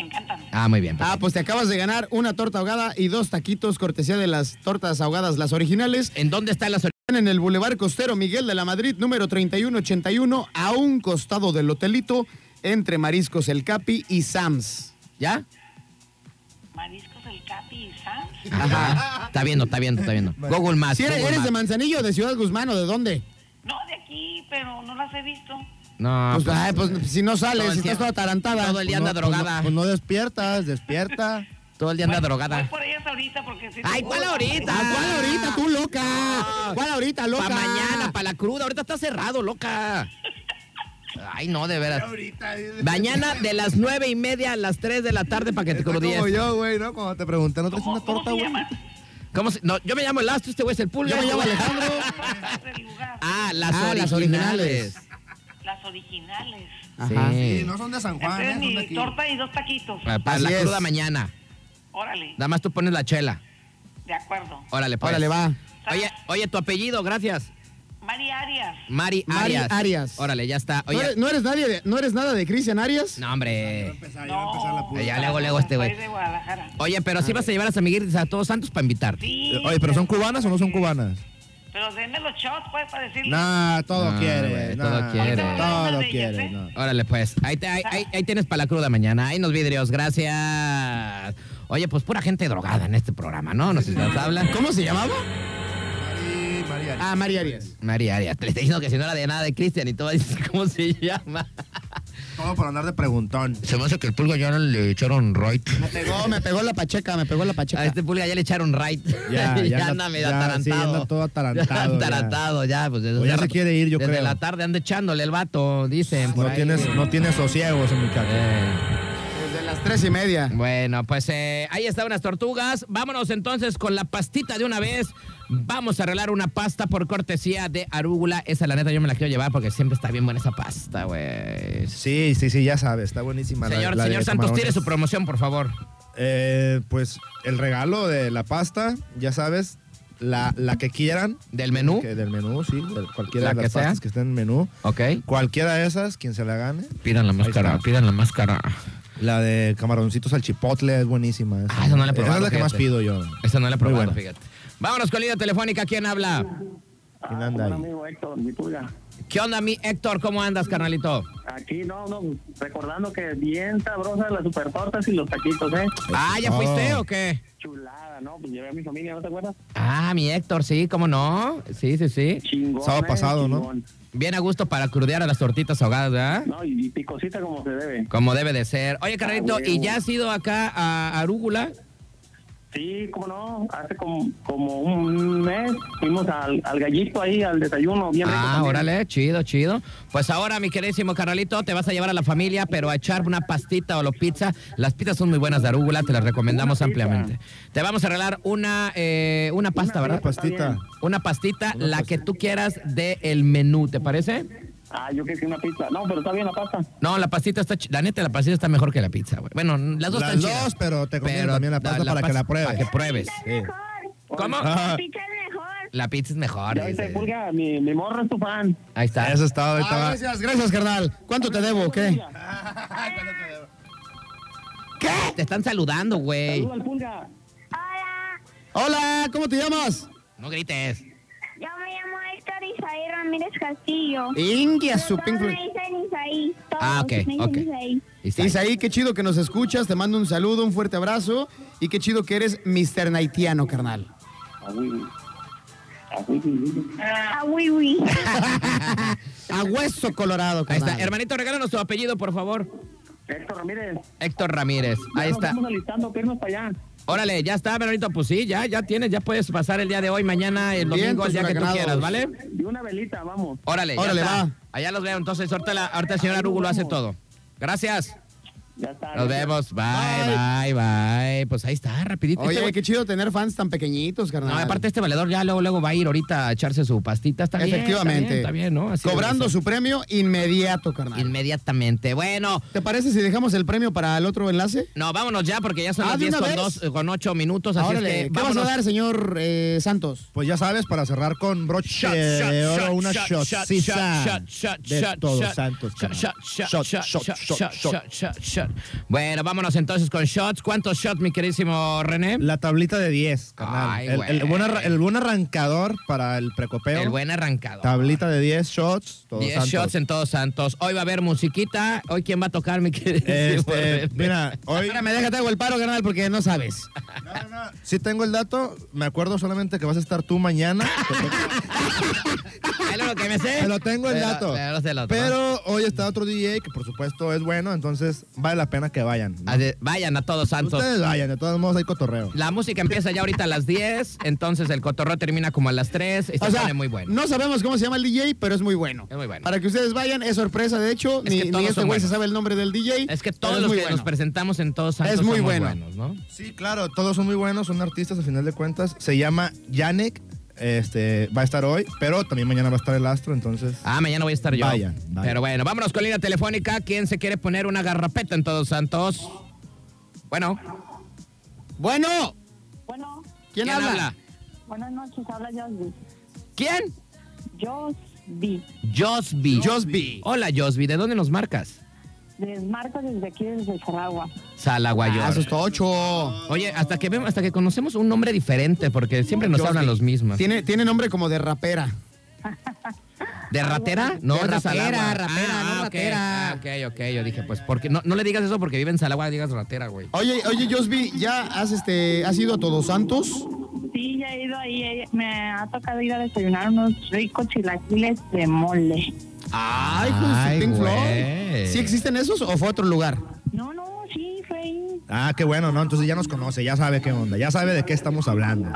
S10: encantan.
S2: Ah, muy bien.
S4: Ah, pues te acabas de ganar una torta ahogada y dos taquitos cortesía de las tortas ahogadas, las originales.
S2: ¿En dónde están las
S4: Están En el Boulevard Costero Miguel de la Madrid, número 3181, a un costado del hotelito, entre Mariscos El Capi y Sams.
S2: ¿Ya?
S10: Mariscos El Capi y Sans.
S2: Ajá. está viendo, está viendo, está viendo. Google Maps.
S4: Si eres,
S2: Google
S4: eres de
S2: Maps.
S4: Manzanillo o de Ciudad Guzmán o de dónde?
S10: No, de aquí, pero no las he visto.
S2: No,
S4: pues,
S2: pues,
S4: ay, pues, si no
S2: todo
S4: sales,
S2: el
S4: estás
S2: tiempo-
S4: toda atarantada.
S2: Todo el día
S4: Pues no,
S2: anda
S4: pues no.
S2: drogada.
S3: Pues no despiertas, despierta.
S2: Todo el día anda drogada.
S10: Voy por ellas ahorita porque oh, sí.
S2: Ay, ¿cuál ahorita?
S4: Ah, ¿Cuál ahorita, tú loca?
S2: No.
S4: ¿Cuál ahorita, loca?
S2: Para mañana, para la cruda. Ahorita está cerrado, loca. Ay, no, de veras. Mañana de las nueve y media a las 3 de la tarde para que te
S3: Está como
S2: crudíes.
S3: yo, güey, ¿no? Cuando te preguntan, ¿no traes una torta, güey?
S2: ¿Cómo se- No, yo me llamo el astro, este güey es el pulga.
S4: Yo me llamo Alejandro.
S10: Del lugar.
S2: Ah, las
S4: Ah, las
S2: originales.
S4: originales.
S10: Las originales.
S4: Ajá.
S3: Sí, no son de San Juan,
S10: Entonces,
S3: ¿eh? Son de
S10: Este mi
S3: aquí.
S10: torta y dos taquitos.
S2: Ah, Para
S4: Así
S2: la
S4: es.
S2: cruda mañana.
S10: Órale,
S2: Nada más tú pones la chela.
S10: de acuerdo.
S2: Órale, pues.
S4: Órale, va.
S2: Oye, oye, tu apellido, gracias.
S10: Mari Arias.
S2: Mari
S4: Mari
S2: Arias.
S4: Arias.
S2: Órale, ya está.
S4: ¿No
S2: Oye,
S4: eres, no eres nadie de- ¿No eres nada de Cristian Arias?
S2: no, hombre.
S10: No,
S2: Ya le hago, le hago a este güey. Oh,
S10: Soy de Guadalajara.
S2: Oye, pero sí vas a llevar a San Miguel a todos santos para invitarte.
S10: Sí.
S3: Eh, Oye, ¿pero son cubanas o no son cubanas?
S10: Pero denme los shots, pues, para decirle.
S3: Nah, todo
S2: No,
S3: quiere,
S2: güey,
S3: nah.
S2: todo quiere.
S3: Todo
S10: ¿eh?
S3: quiere, no.
S2: Órale, pues. Ahí, te- ahí, ahí- ahí tienes para la cruda mañana. Ahí nos vidrios, gracias. Oye, pues pura gente drogada en este programa, ¿no? No sé si nos hablan.
S4: ¿Cómo se llamaba?
S3: Mari, Mari Arias.
S4: Ah, María Arias.
S2: Mari Arias. Te estoy diciendo que si no era de nada de Cristian y todo, dices, ¿cómo se llama?
S3: Todo por andar de preguntón.
S2: Se me hace que el pulga ya le echaron right.
S4: Me pegó, me pegó la pacheca, me pegó la pacheca.
S2: A este pulga ya le echaron right.
S3: Ya,
S2: Ya,
S3: ya
S2: anda
S3: anda-
S2: medio
S3: ya,
S2: atarantado.
S3: sí, anda todo atarantado,
S2: Ya atarantado, ya. pues, desde
S3: O ya
S2: hace
S3: se
S2: rato-
S3: quiere ir, yo
S2: desde
S3: creo. Ah,
S2: la tarde anda echándole el vato, dicen. por
S3: No
S2: ahí.
S3: tienes, no tienes sosiego ese muchacho.
S2: Eh,
S4: Desde las tres y media.
S2: bueno, pues eh, ahí están unas tortugas. Vámonos entonces con la pastita de una vez. Vamos a arreglar una pasta por cortesía de Arúgula. Esa, la neta, yo me la quiero llevar porque siempre está bien buena esa pasta, güey.
S3: Sí, sí, sí, ya sabes, está buenísima. la-
S2: Señor,
S3: la de
S2: señor Santos,
S3: camarones.
S2: tire su promoción, por favor.
S3: Eh, pues el regalo de la pasta, ya sabes, la, la que quieran.
S2: ¿Del menú?
S3: Que del menú, sí, de cualquiera
S2: La
S3: de
S2: que
S3: las
S2: sea.
S3: pastas que estén en el menú.
S2: ¿Ok?
S3: Cualquiera de esas, quien se la gane.
S2: Pidan la máscara,
S3: está.
S2: pidan la máscara.
S3: La de camaroncitos al chipotle es buenísima. esa.
S2: Ah, esa no la he
S3: Esa
S2: probado,
S3: es la que
S2: fíjate.
S3: más pido yo.
S2: Esa no la he
S3: Muy
S2: probado,
S3: buena.
S2: fíjate. Vámonos con línea telefónica. ¿Quién habla?
S3: ¿Quién anda
S9: Ah, Un
S3: ahí?
S9: amigo Héctor, mi pulga.
S2: ¿Qué onda, mi Héctor? ¿Cómo andas, carnalito?
S3: Este,
S9: Aquí no, no, recordando que bien sabrosas las super tortas y los taquitos, ¿eh?
S2: Ah, ¿ya
S3: Oh.
S2: fuiste o qué?
S9: Chulada, ¿no? Pues llevé a mi familia, ¿no te acuerdas?
S2: Ah, mi Héctor, sí, cómo no. Sí, sí, sí.
S9: Chingón.
S3: Sábado
S9: ¿eh?
S3: pasado, ¿no?
S9: Chingón.
S2: Bien a gusto para crudear a las tortitas ahogadas, ¿verdad?
S9: No, y, y picosita como se debe.
S2: Como debe de ser. Oye, carnalito,
S9: Ah, huevo.
S2: ¿y ya has ido acá a Arúgula?
S9: Sí, cómo no, hace como, como un mes fuimos al, al gallito ahí, al desayuno, bien rico.
S2: Ah,
S9: también.
S2: órale, chido, chido. Pues ahora, mi queridísimo carnalito, te vas a llevar a la familia, pero a echar una pastita o lo pizza. Las pizzas son muy buenas de arúgula, te las recomendamos ampliamente. Te vamos a regalar una, eh, una pasta, ¿verdad?
S3: pasta, Pastita. está bien.
S2: Una pastita, la que tú quieras del el menú, ¿te parece?
S9: Ah, yo que sí una pizza. No, pero está bien la pasta.
S2: No, la pastita está, chi- la neta, la pastita está mejor que la pizza, güey. Bueno, las dos
S3: Las
S2: están
S3: dos,
S2: chidas.
S3: pero te conviene también la pasta para que la pruebes.
S2: Para que pruebes. ¿Cómo?
S3: Ah.
S2: La pizza es mejor.
S9: Ya viste,
S2: dice.
S9: Pulga, mi, mi morro es tu fan.
S2: Ahí está.
S3: Eso está, ahí
S4: Ah,
S3: está.
S4: gracias, gracias, carnal. ¿Cuánto te debo? o ¿Qué?
S2: ¿Qué? Te están saludando, güey.
S9: Saluda al Pulga.
S4: Hola, ¿cómo te llamas?
S2: No grites.
S12: Yo me llamo Héctor Isaí Ramírez Castillo.
S4: India,
S12: Pero
S4: su
S12: todos
S4: Pink Floyd.
S12: Me dicen Isaí. Todos
S4: Ah, ok,
S12: Me dicen
S4: ok.
S12: Isaí.
S2: Isaí.
S4: qué chido que nos escuchas. Te mando un saludo, un fuerte abrazo. Y qué chido que eres Mr. Naitiano, carnal.
S9: Ah,
S12: Ah, oui, oui.
S4: A hueso colorado,
S2: Ahí está.
S4: carnal.
S2: Hermanito, regálanos tu apellido, por favor.
S9: Héctor Ramírez.
S2: Héctor Ramírez.
S9: Ya
S2: Ahí
S9: nos
S2: está.
S9: Estamos alistando, piernas para allá.
S2: Órale, ya está, Benito. Pues sí, ya, ya tienes, ya puedes pasar el día de hoy, mañana, el
S4: Bien,
S2: domingo,
S4: tus
S2: el día que tú
S4: huracanados.
S2: quieras, ¿vale?
S9: Y una velita, vamos.
S2: Órale, ya
S4: Órale,
S2: está.
S4: va.
S2: Allá los veo. Entonces, ahorita, la, ahorita el señor Arúgulo hace todo. Gracias.
S9: Ya está.
S2: Nos vemos. Bye, bye, bye. Pues ahí está, rapidito. Este
S4: Oye,
S2: güey-
S4: qué chido tener fans tan pequeñitos, carnal.
S2: No, aparte este valedor ya luego, luego va a ir ahorita a echarse su pastita. Está bien,
S4: Efectivamente.
S2: Está bien, está bien, ¿no? Así
S4: Cobrando
S2: debe ser.
S4: su premio inmediato, carnal.
S2: Inmediatamente. Bueno,
S4: ¿Te parece si dejamos el premio para el otro enlace?
S2: no, vámonos ya porque ya son
S4: Ah,
S2: las
S4: ¿de
S2: 10
S4: una
S2: con,
S4: vez?
S2: dos, eh, con 8 minutos. Así
S4: Órale,
S2: es que
S4: ¿Qué vas a dar, señor eh, Santos?
S3: Pues ya sabes, para cerrar con broche
S2: Shot, shot,
S3: de
S2: shot,
S3: Eh, oro, una
S2: shot, shot,
S3: shot,
S2: shot, shot,
S3: de
S2: shot,
S3: todos
S2: shot,
S3: santos.
S2: shot,
S3: carnal.
S2: shot, shot,
S3: Shot,
S2: shot, shot,
S3: shot, shot,
S2: shot,
S3: shot.
S2: shot, shot, shot. Bueno, vámonos entonces con shots. ¿Cuántos shots, mi queridísimo René?
S3: La tablita de 10, carnal.
S2: Ay,
S3: el, el
S2: güey.
S3: buen arra- el buen arrancador para el precopeo.
S2: El buen arrancador.
S3: Tablita de 10 shots, todos
S2: 10
S3: santos.
S2: shots en Todos Santos. Hoy va a haber musiquita. Hoy quién va a tocar, mi queridísimo
S3: Este,
S2: René?
S3: mira, hoy
S4: Espérame, déjate hago el paro, carnal, porque no sabes.
S3: sí tengo el dato. Me acuerdo solamente que vas a estar tú mañana.
S2: Es lo que me sé.
S3: Te lo tengo el
S2: Pero-
S3: dato.
S2: pero se lo-
S3: Pero hoy está otro DJ que por supuesto es bueno, entonces vale la pena que vayan. ¿no?
S2: A ver, Vayan a Todos Santos.
S3: Ustedes vayan, de todos modos hay cotorreo.
S2: La música empieza ya ahorita a las 10, entonces el cotorreo termina como a las 3 y se
S4: O sea,
S2: pone Este muy bueno.
S4: no sabemos cómo se llama el DJ, pero es muy bueno.
S2: Es muy bueno.
S4: Para que ustedes vayan, es sorpresa, de hecho,
S2: Es
S4: ni,
S2: que
S4: ni
S2: todos
S4: este
S2: son
S4: güey se
S2: buenos.
S4: sabe el nombre del DJ.
S2: Es que
S4: pero
S2: todos
S4: es
S2: los
S4: muy
S2: que
S4: bueno.
S2: nos presentamos en Todos Santos
S4: Es muy
S2: son muy
S4: bueno.
S2: buenos, ¿no?
S3: Sí, claro, todos son muy buenos, son artistas al final de cuentas. Se llama Yannick, este, va a estar hoy, pero también mañana va a estar el astro, entonces.
S2: Ah, mañana voy a estar yo.
S3: Vayan, vayan.
S2: Pero bueno, vámonos con línea telefónica. ¿Quién se quiere poner una garrapeta en Todos Santos? Bueno,
S4: Bueno,
S12: Bueno,
S4: ¿quién, habla?
S12: buenas noches. Habla Josby.
S2: ¿Quién?
S12: Josby.
S2: Josby.
S4: Josby.
S2: Hola, Josby. ¿De dónde nos marcas?
S12: Les marco desde aquí, desde Charagua.
S2: Salaguayo.
S4: Ah, eso es tocho.
S2: Oye, hasta que vemos, hasta que conocemos un nombre diferente, porque siempre nos
S4: Josby.
S2: hablan los mismos.
S4: Tiene, tiene nombre como de rapera.
S2: ¿De ratera? No,
S4: Ah, De
S2: es de
S4: rapera,
S2: Salagua.
S4: rapera, no
S2: ok.
S4: ratera.
S2: Ah, ok, ok. Yo dije, pues, porque no, no le digas eso porque vive en Salagua, digas ratera, güey.
S4: Oye, oye, Josby, ¿ya has, este, has ido a Todos Santos?
S12: Sí, ya he ido ahí. eh, Me ha tocado ir a desayunar unos ricos chilaquiles de mole.
S4: Ay, hijo de su
S2: Ay,
S4: Pink
S2: güey.
S4: Floyd. ¿Sí existen esos o fue a otro lugar?
S12: No, no, sí, fue ahí.
S3: Ah, qué bueno, ¿no? Entonces ya nos conoce, ya sabe qué onda, ya sabe de qué estamos hablando.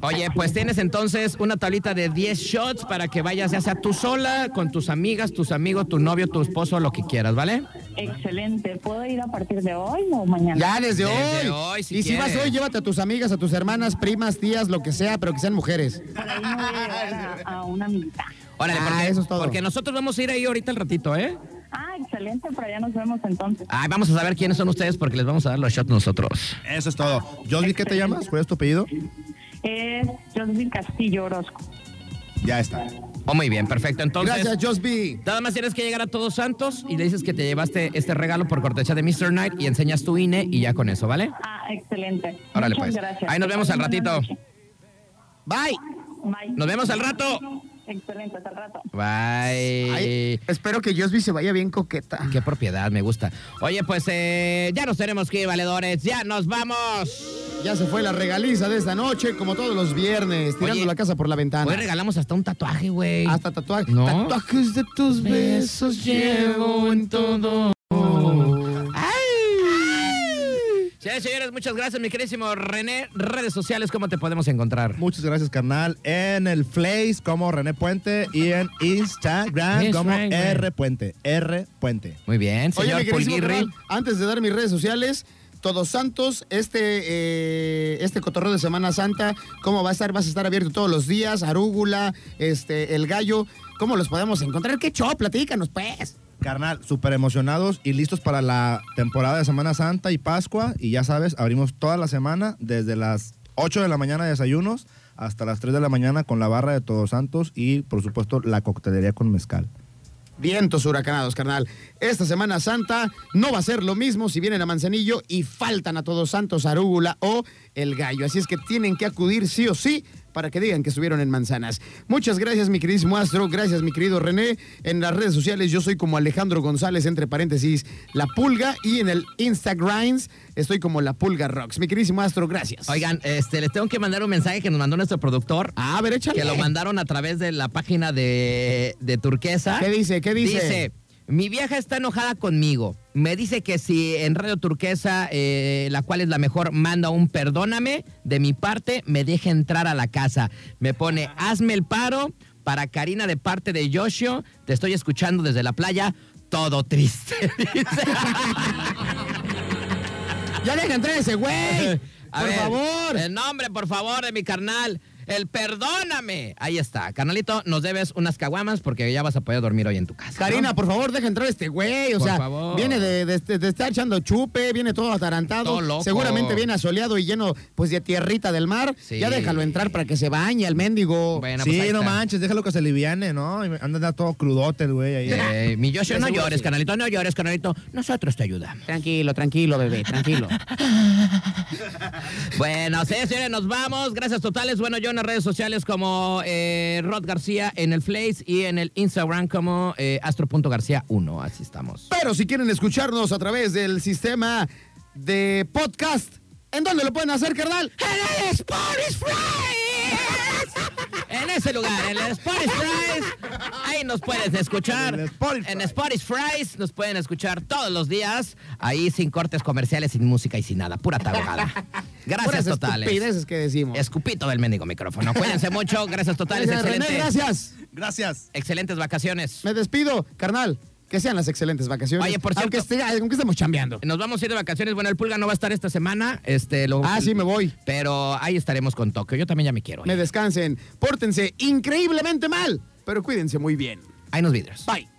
S2: Oye, pues tienes entonces una tablita de 10 shots para que vayas ya sea tú sola, con tus amigas, tus amigos, tu novio, tu esposo, lo que quieras, ¿vale?
S12: Excelente. ¿Puedo ir a partir de hoy o mañana?
S4: Ya, desde,
S2: Desde
S4: hoy.
S2: hoy, si
S4: y si vas
S2: quieres.
S4: hoy, llévate a tus amigas, a tus hermanas, primas, tías, lo que sea, pero que sean mujeres.
S12: Por ahí me voy a llevar a, a una amiguita.
S2: Órale,
S4: Ah,
S2: porque,
S4: eso es todo.
S2: porque nosotros vamos a ir ahí ahorita al ratito, ¿eh?
S12: Ah, excelente. Por allá nos vemos entonces.
S2: Ay, vamos a saber quiénes son ustedes porque les vamos a dar los shots nosotros.
S3: Eso es todo. Josby, ¿qué te llamas? ¿Cuál es tu apellido?
S12: Es Josby Castillo Orozco.
S3: Ya está.
S2: Oh, muy bien, perfecto. Entonces,
S4: Gracias, Josby.
S2: Nada más tienes que llegar a Todos Santos y le dices que te llevaste este regalo por cortesía de Mr. Knight y enseñas tu INE y ya con eso, ¿vale?
S12: Ah, excelente.
S2: Órale,
S12: Muchas
S2: pues.
S12: gracias.
S2: Ahí nos vemos al
S12: Buenas
S2: ratito.
S12: noches.
S2: Bye.
S12: Bye.
S2: pues. Nos vemos al rato.
S12: Excelente, hasta el rato.
S2: Bye.
S3: eh,
S4: Ay, espero que Josby se vaya bien coqueta.
S2: Qué propiedad, me gusta. Oye, pues eh, ya nos tenemos que ir, valedores. Ya nos vamos.
S4: Ya se fue la regaliza de esta noche, como todos los viernes, tirando la casa por la ventana.
S2: Hoy regalamos hasta un tatuaje, güey.
S4: Hasta tatuaje.
S2: No.
S4: Tatuajes de tus besos llevo en todo.
S2: Señores, señores, muchas gracias, mi querísimo René. Redes sociales, ¿cómo te podemos encontrar?
S3: Muchas gracias, carnal. En el Face como René Puente y en Instagram como
S2: Instagram.
S3: R Puente. R Puente.
S2: Muy bien,
S4: Oye,
S2: señor
S4: mi queridísimo
S2: Pulguirri.
S4: carnal, antes de dar mis redes sociales, Todos Santos, este, eh, este cotorreo de Semana Santa, ¿cómo va a estar? Vas a estar abierto todos los días, Arúgula, este, El Gallo, ¿cómo los podemos encontrar? ¿Qué show? Platícanos, pues.
S3: Carnal, súper emocionados y listos para la temporada de Semana Santa y Pascua. Y ya sabes, abrimos toda la semana desde las 8 de la mañana de desayunos hasta las 3 de la mañana con la barra de Todos Santos y, por supuesto, la coctelería con mezcal.
S4: Vientos huracanados, carnal. Esta Semana Santa no va a ser lo mismo si vienen a Manzanillo y faltan a Todos Santos, Arúgula o El Gallo. Así es que tienen que acudir sí o sí para que digan que estuvieron en Manzanas. Muchas gracias, mi queridísimo Astro. Gracias, mi querido René. En las redes sociales yo soy como Alejandro González, entre paréntesis, La Pulga. Y en el Instagram estoy como La Pulga Rocks. Mi queridísimo Astro, gracias.
S2: Oigan, este, les tengo que mandar un mensaje que nos mandó nuestro productor.
S4: A ver, échale.
S2: Que lo mandaron a través de la página de, de Turquesa.
S4: ¿Qué dice? ¿Qué dice?
S2: Dice, mi vieja está enojada conmigo. Me dice que si en Radio Turquesa, eh, la cual es la mejor, manda un perdóname, de mi parte me deja entrar a la casa. Me pone, hazme el paro para Karina de parte de Yoshio. Te estoy escuchando desde la playa, todo triste.
S4: ¡Ya deja entrar ese güey!
S2: A
S4: ¡Por
S2: ver,
S4: favor!
S2: El nombre, por favor, de mi carnal. El perdóname. Ahí está. Carnalito, nos debes unas caguamas porque ya vas a poder dormir hoy en tu casa. ¿no?
S4: Karina, por favor, deja entrar a este güey. O
S2: Por
S4: sea,
S2: favor.
S4: viene de, de- de- de estar echando chupe, viene todo atarantado.
S2: Todo loco.
S4: Seguramente viene asoleado y lleno pues de tierrita del mar.
S2: Sí.
S4: Ya déjalo entrar para que se bañe el mendigo.
S2: Bueno,
S3: sí,
S2: pues ahí
S3: no
S2: está.
S3: manches, déjalo que se liviane, ¿no? Y Anda, anda todo crudote el güey ahí.
S2: Eh, mi Yoshi,
S4: De
S2: no
S4: seguro
S2: llores,
S4: sí.
S2: carnalito, no llores, carnalito. Nosotros te ayudamos.
S4: Tranquilo, tranquilo, bebé, tranquilo.
S2: Bueno, sí, señores, nos vamos. Gracias totales. Bueno, yo en las redes sociales como eh, Rod García en el Face y en el Instagram como eh, astro.garcía1. Así estamos.
S4: Pero si quieren escucharnos a través del sistema de podcast, ¿en dónde lo pueden hacer, carnal?
S2: ¡En el Spotify! En ese lugar, en el Spotify. Ahí nos puedes escuchar.
S3: En el Spotify.
S2: En Spotify nos pueden escuchar todos los días. Ahí sin cortes comerciales, sin música y sin nada. Pura tabogada. Gracias,
S4: Puras
S2: totales.
S4: estupideces que decimos.
S2: Escupito del mendigo micrófono. Cuídense mucho. Gracias, totales.
S4: Gracias, René,
S2: Excelente-
S4: gracias.
S3: Gracias.
S2: Excelentes vacaciones.
S4: Me despido, carnal. Que sean las excelentes vacaciones.
S2: Oye, por cierto-
S4: Aunque, esté, aunque estemos chambeando.
S2: Nos vamos a ir de vacaciones. Bueno, el Pulga no va a estar esta semana. Este, lo,
S4: Ah, sí, me voy.
S2: Pero ahí estaremos con Tokio. Yo también ya me quiero. ir.
S4: Me descansen. Pórtense increíblemente mal, pero cuídense muy bien.
S2: Ahí nos vidrios.
S4: Bye.